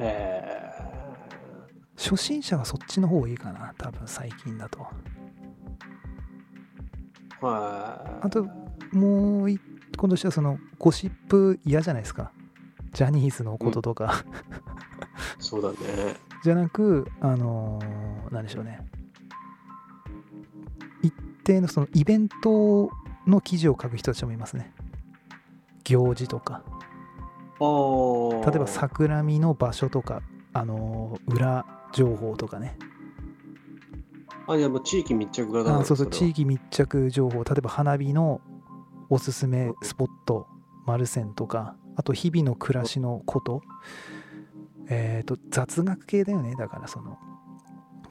B: え
A: 初心者はそっちの方がいいかな多分最近だと
B: ー、はい。
A: あともう一個としてはそのゴシップ嫌じゃないですかジャニーズのこととか、
B: そうだね。
A: じゃなくあのーなんでしょうね一定のそのイベントの記事を書く人たちもいますね行事とか
B: ああ。
A: 例えば桜見の場所とかあのー裏情報とかね
B: あ、いや、もう地域密着型な
A: あ
B: の
A: そうそう
B: れ
A: 地
B: は
A: 域密着情報例えば花火のおすすめスポット丸線とかあと日々の暮らしのことえっ、と雑学系だよねだからその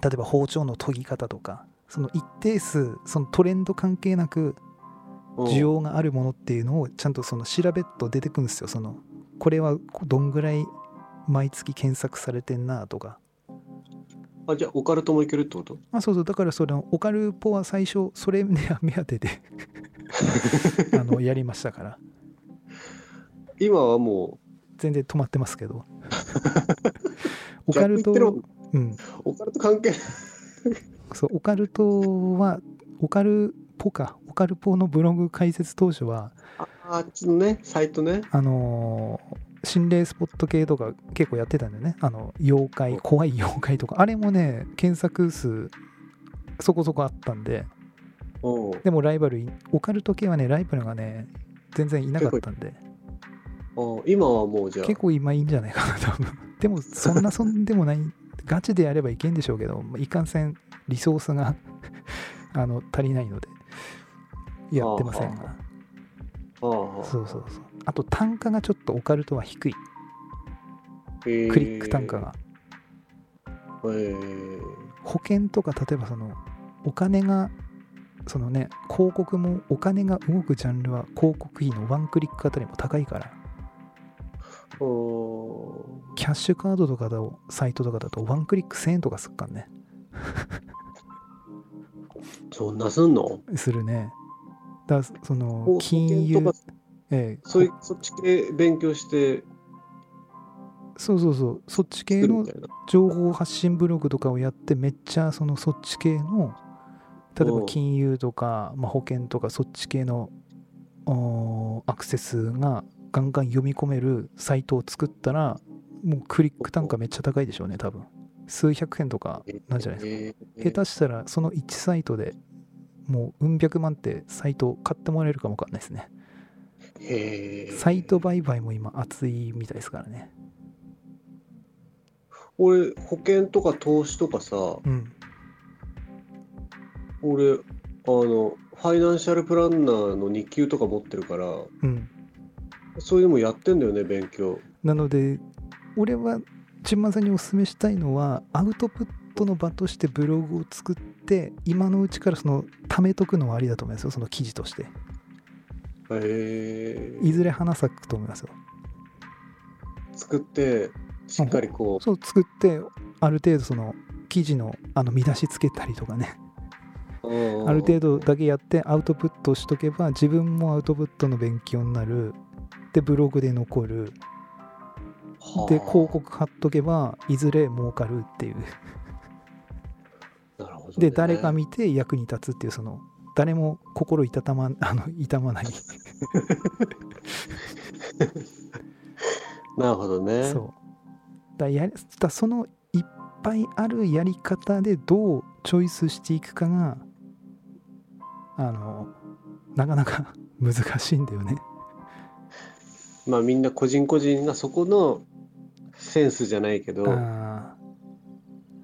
A: 例えば包丁の研ぎ方とかその一定数そのトレンド関係なく
B: うん
A: 需要があるものっていうのをちゃんとその調べっと出てくるんですよそのこれはどんぐらい毎月検索されてんなとか
B: あ、じゃあ、オカルトもいけるってこと
A: あそうそうだからそれのオカルポは最初それ目目当て であのやりましたから
B: 今はも
A: 全然止まってますけ ど
B: う、
A: オカルト
B: 逆言って
A: うん
B: るオカルト関係ない。
A: そうオカルトはオカルポかオカルポのブログ開設当初は
B: ああっちのね、サイトね。
A: あのー心霊スポット系とか結構やってたんだよねあの妖怪怖い妖怪とかあれもね検索数そこそこあったんで
B: うん。
A: でもライバルい、オカルト系はね、ライバルがね、全然いなかったんで、
B: うん今はもう、じゃあ、
A: 結構今いいんじゃないかな、多分。でも、そんなそんでもない、ガチでやればいけんでしょうけど、まあいかんせん、リソースが あの足りないので、やってませんが。
B: ああ
A: そうそうそう。あと、単価がちょっとオカルトは低い、
B: ク
A: クリック単価。が。
B: へー
A: 保険とか、例えばその、お金が、そのね、広告もお金が動くジャンルは広告費のワンクリックあたりも高いから。
B: うん
A: キャッシュカードとかだと、サイトとかだと、ワンクリック1000円とかすっかんね。
B: そんなすんの
A: するね。だからその
B: お、
A: 金融
B: 保険とか、
A: ええ
B: そういう、そっち系勉強して
A: そうそうそう、そっち系
B: 作る
A: の
B: みたいな。
A: 情報発信ブログとかをやって、めっちゃそのそっち系の、例え
B: う
A: ば
B: ん
A: 金融とか、まあ、保険とか、そっち系のおーアクセスがガンガン読み込めるサイトを作ったらもうクリック単価めっちゃ高いでしょうね多分数百円とかなんじゃないですか
B: です
A: 下手したらその1サイトでもううん百万ってサイト買ってもらえるかもわかんないですね
B: へえ
A: サイト売買も今熱いみたいですからね
B: 俺保険とか投資とかさ
A: うん
B: 俺あのファイナンシャルプランナーの2級とか持ってるから
A: うん
B: そういうのもやってんだよね勉強
A: なので俺は純満さんにお勧めしたいのはアウトプットの場としてブログを作って今のうちからその貯めとくのはありだと思いますよその記事として
B: へえ
A: いずれ花咲くと思いますよ
B: 作ってしっかりこ
A: そう作ってある程度その記事のあの見出しつけたりとかね
B: う、うん
A: ある程度だけやってアウトプットしとけば自分もアウトプットの勉強になるでブログで残る
B: はあ
A: で広告貼っとけばいずれ儲かるっていう
B: なるほどね
A: で誰が見て役に立つっていうその誰も心いたたま あの痛まない
B: なるほどね
A: そうだやだそのいっぱいあるやり方でどうチョイスしていくかがあのなかなか 難しいんだよね
B: まあみんな個人個人がそこのセンスじゃないけど
A: あー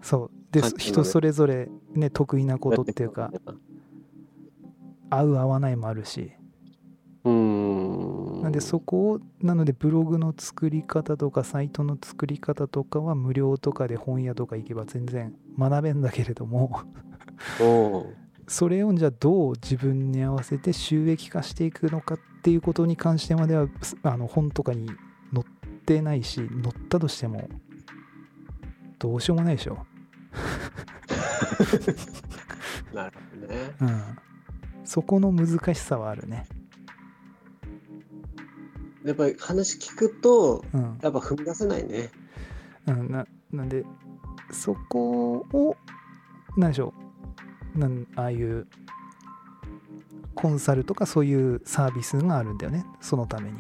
A: そうで
B: 感じのね
A: 人それぞれね得意なことっていうか合う合わないもあるし
B: うーん
A: なんでそこをなのでブログの作り方とかサイトの作り方とかは無料とかで本屋とか行けば全然学べんだけれども
B: おう
A: それをじゃあどう自分に合わせて収益化していくのかっていうことに関してまではすあの本とかに載ってないし載ったとしてもどうしようもないでしょ、
B: なるほどね
A: うん、そこの難しさはあるね、
B: やっぱり話聞くと
A: うん、
B: やっぱ踏み出せないね
A: うん、ななんでそこを何でしょうなんああいうコンサルとかそういうサービスがあるんだよねそのために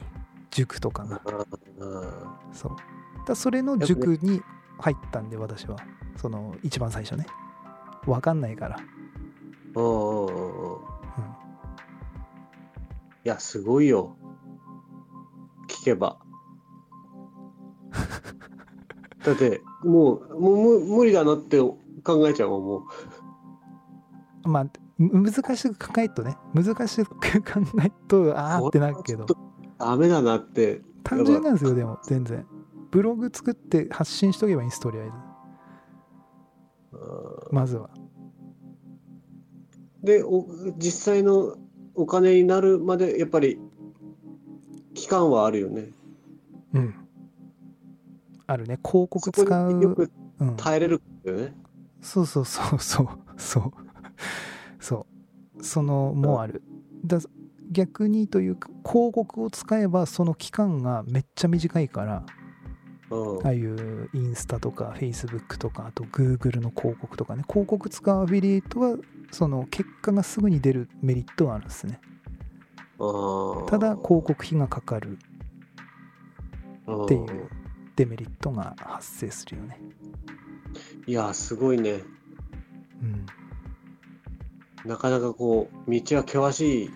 A: 塾とかが
B: うん
A: そうだそれの塾に入ったんで私はその一番最初ね分かんないから
B: おうおうおうおういやすごいよ聞け ばだってもうもうもう無理だなって考えちゃうもんもう
A: まあむ難しく考えるとね難しく考えるとあーってなるけど
B: これはちょっとダメだなって
A: 単純なんですよでも全然ブログ作って発信しとけばいいんですとりあえず
B: うん
A: まずは
B: でお実際のお金になるまでやっぱり期間はあるよね
A: うん。あるね。広告
B: そ
A: 使
B: こ
A: う。
B: によく
A: うん、
B: 耐えれるんだよね
A: そうそうそうそう。そう。そう。その、もある。だ逆にというか、広告を使えば、その期間がめっちゃ短いから、
B: うん
A: ああいうインスタとか、フェイスブックとか、あと Google の広告とかね、広告使うアフィリエイトは、その結果がすぐに出るメリットはあるんですね。
B: うん
A: ただ、広告費がかかるっていうデメリットが発生するよね。
B: うんいやすごいね
A: うん。
B: なかなかこう道は険しい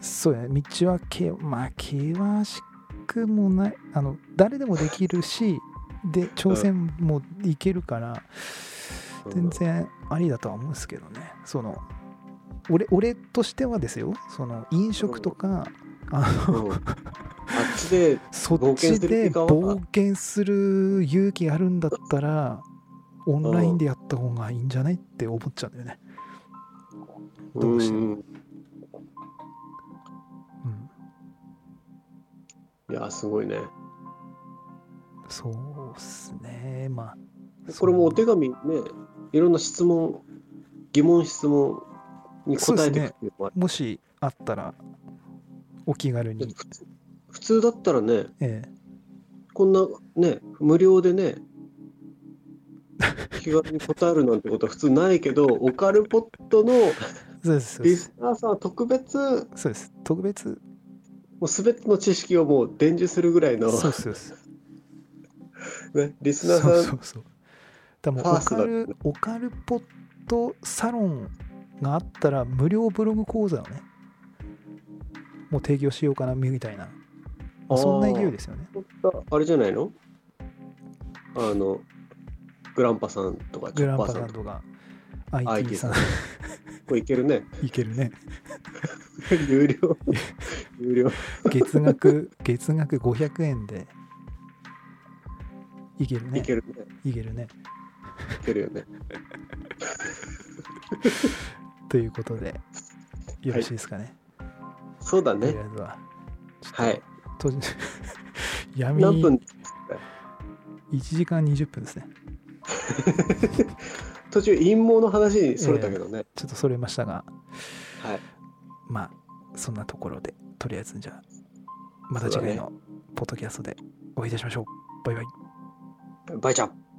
A: そうやね道はけまあ険しくもないあの誰でもできるし で挑戦もいけるから全然ありだとは思うんですけどねその俺俺としてはですよその飲食とかあ
B: う
A: の
B: んあっちで
A: そっ
B: 冒険
A: ち
B: するよ
A: で
B: りかは
A: 冒険する勇気あるんだったらオンラインでやった方がいいんじゃないって思っちゃうんだよね。どうしても
B: ん
A: うん
B: いやすごいね
A: そうっすねまあ
B: これもお手
A: そう
B: 紙ね、いろんな質問、疑問、質問に答えていくっていうのは、
A: もしあったらお気軽に、
B: 普通普通だったらね、
A: え
B: こんなね、無料 でね、気軽に答えるなんてことは普通ないけど、オカルポットの
A: えそうですそうで
B: リ
A: す
B: スナーさんは特別、
A: そうです特別
B: もう全ての知識をもう伝授するぐらいの、
A: そうそうそう。
B: ね、リスナーさん
A: そうそうそう。だからもうオ
B: ファースト
A: カ
B: だ
A: ル、オカルポットサロンがあったら無料ブログ講座をね、もう提供しようかなみたいな、
B: あー
A: そんな勢いですよね。
B: 本当だあれじゃないのあの、グランパさんとか
A: グ
B: チョ
A: ラ
B: ッ
A: ン
B: パ
A: パ
B: ー
A: さ
B: さ
A: ん
B: んとか、
A: とか、IT
B: IT
A: さ
B: さ
A: ん
B: ん、これいけ るね。
A: いけるね。
B: 有料。有料。
A: 月額、月額500円で、いけるね。
B: いけるね。
A: いけるね。
B: いけるよね。
A: ということで、よろしいですかね。
B: そうだ
A: とりあ
B: ね。
A: えずは。ちょっと
B: はい。
A: と 闇
B: 何分
A: 1時間20分ですね。
B: 途中陰謀の話にそれたけどね。
A: ちょっとそれましたが、
B: はい。
A: まあ、そんなところで、とりあえずじゃあ、また次回のポッドキャストでお会いいたしましょう。バイバイ。
B: バイちゃん。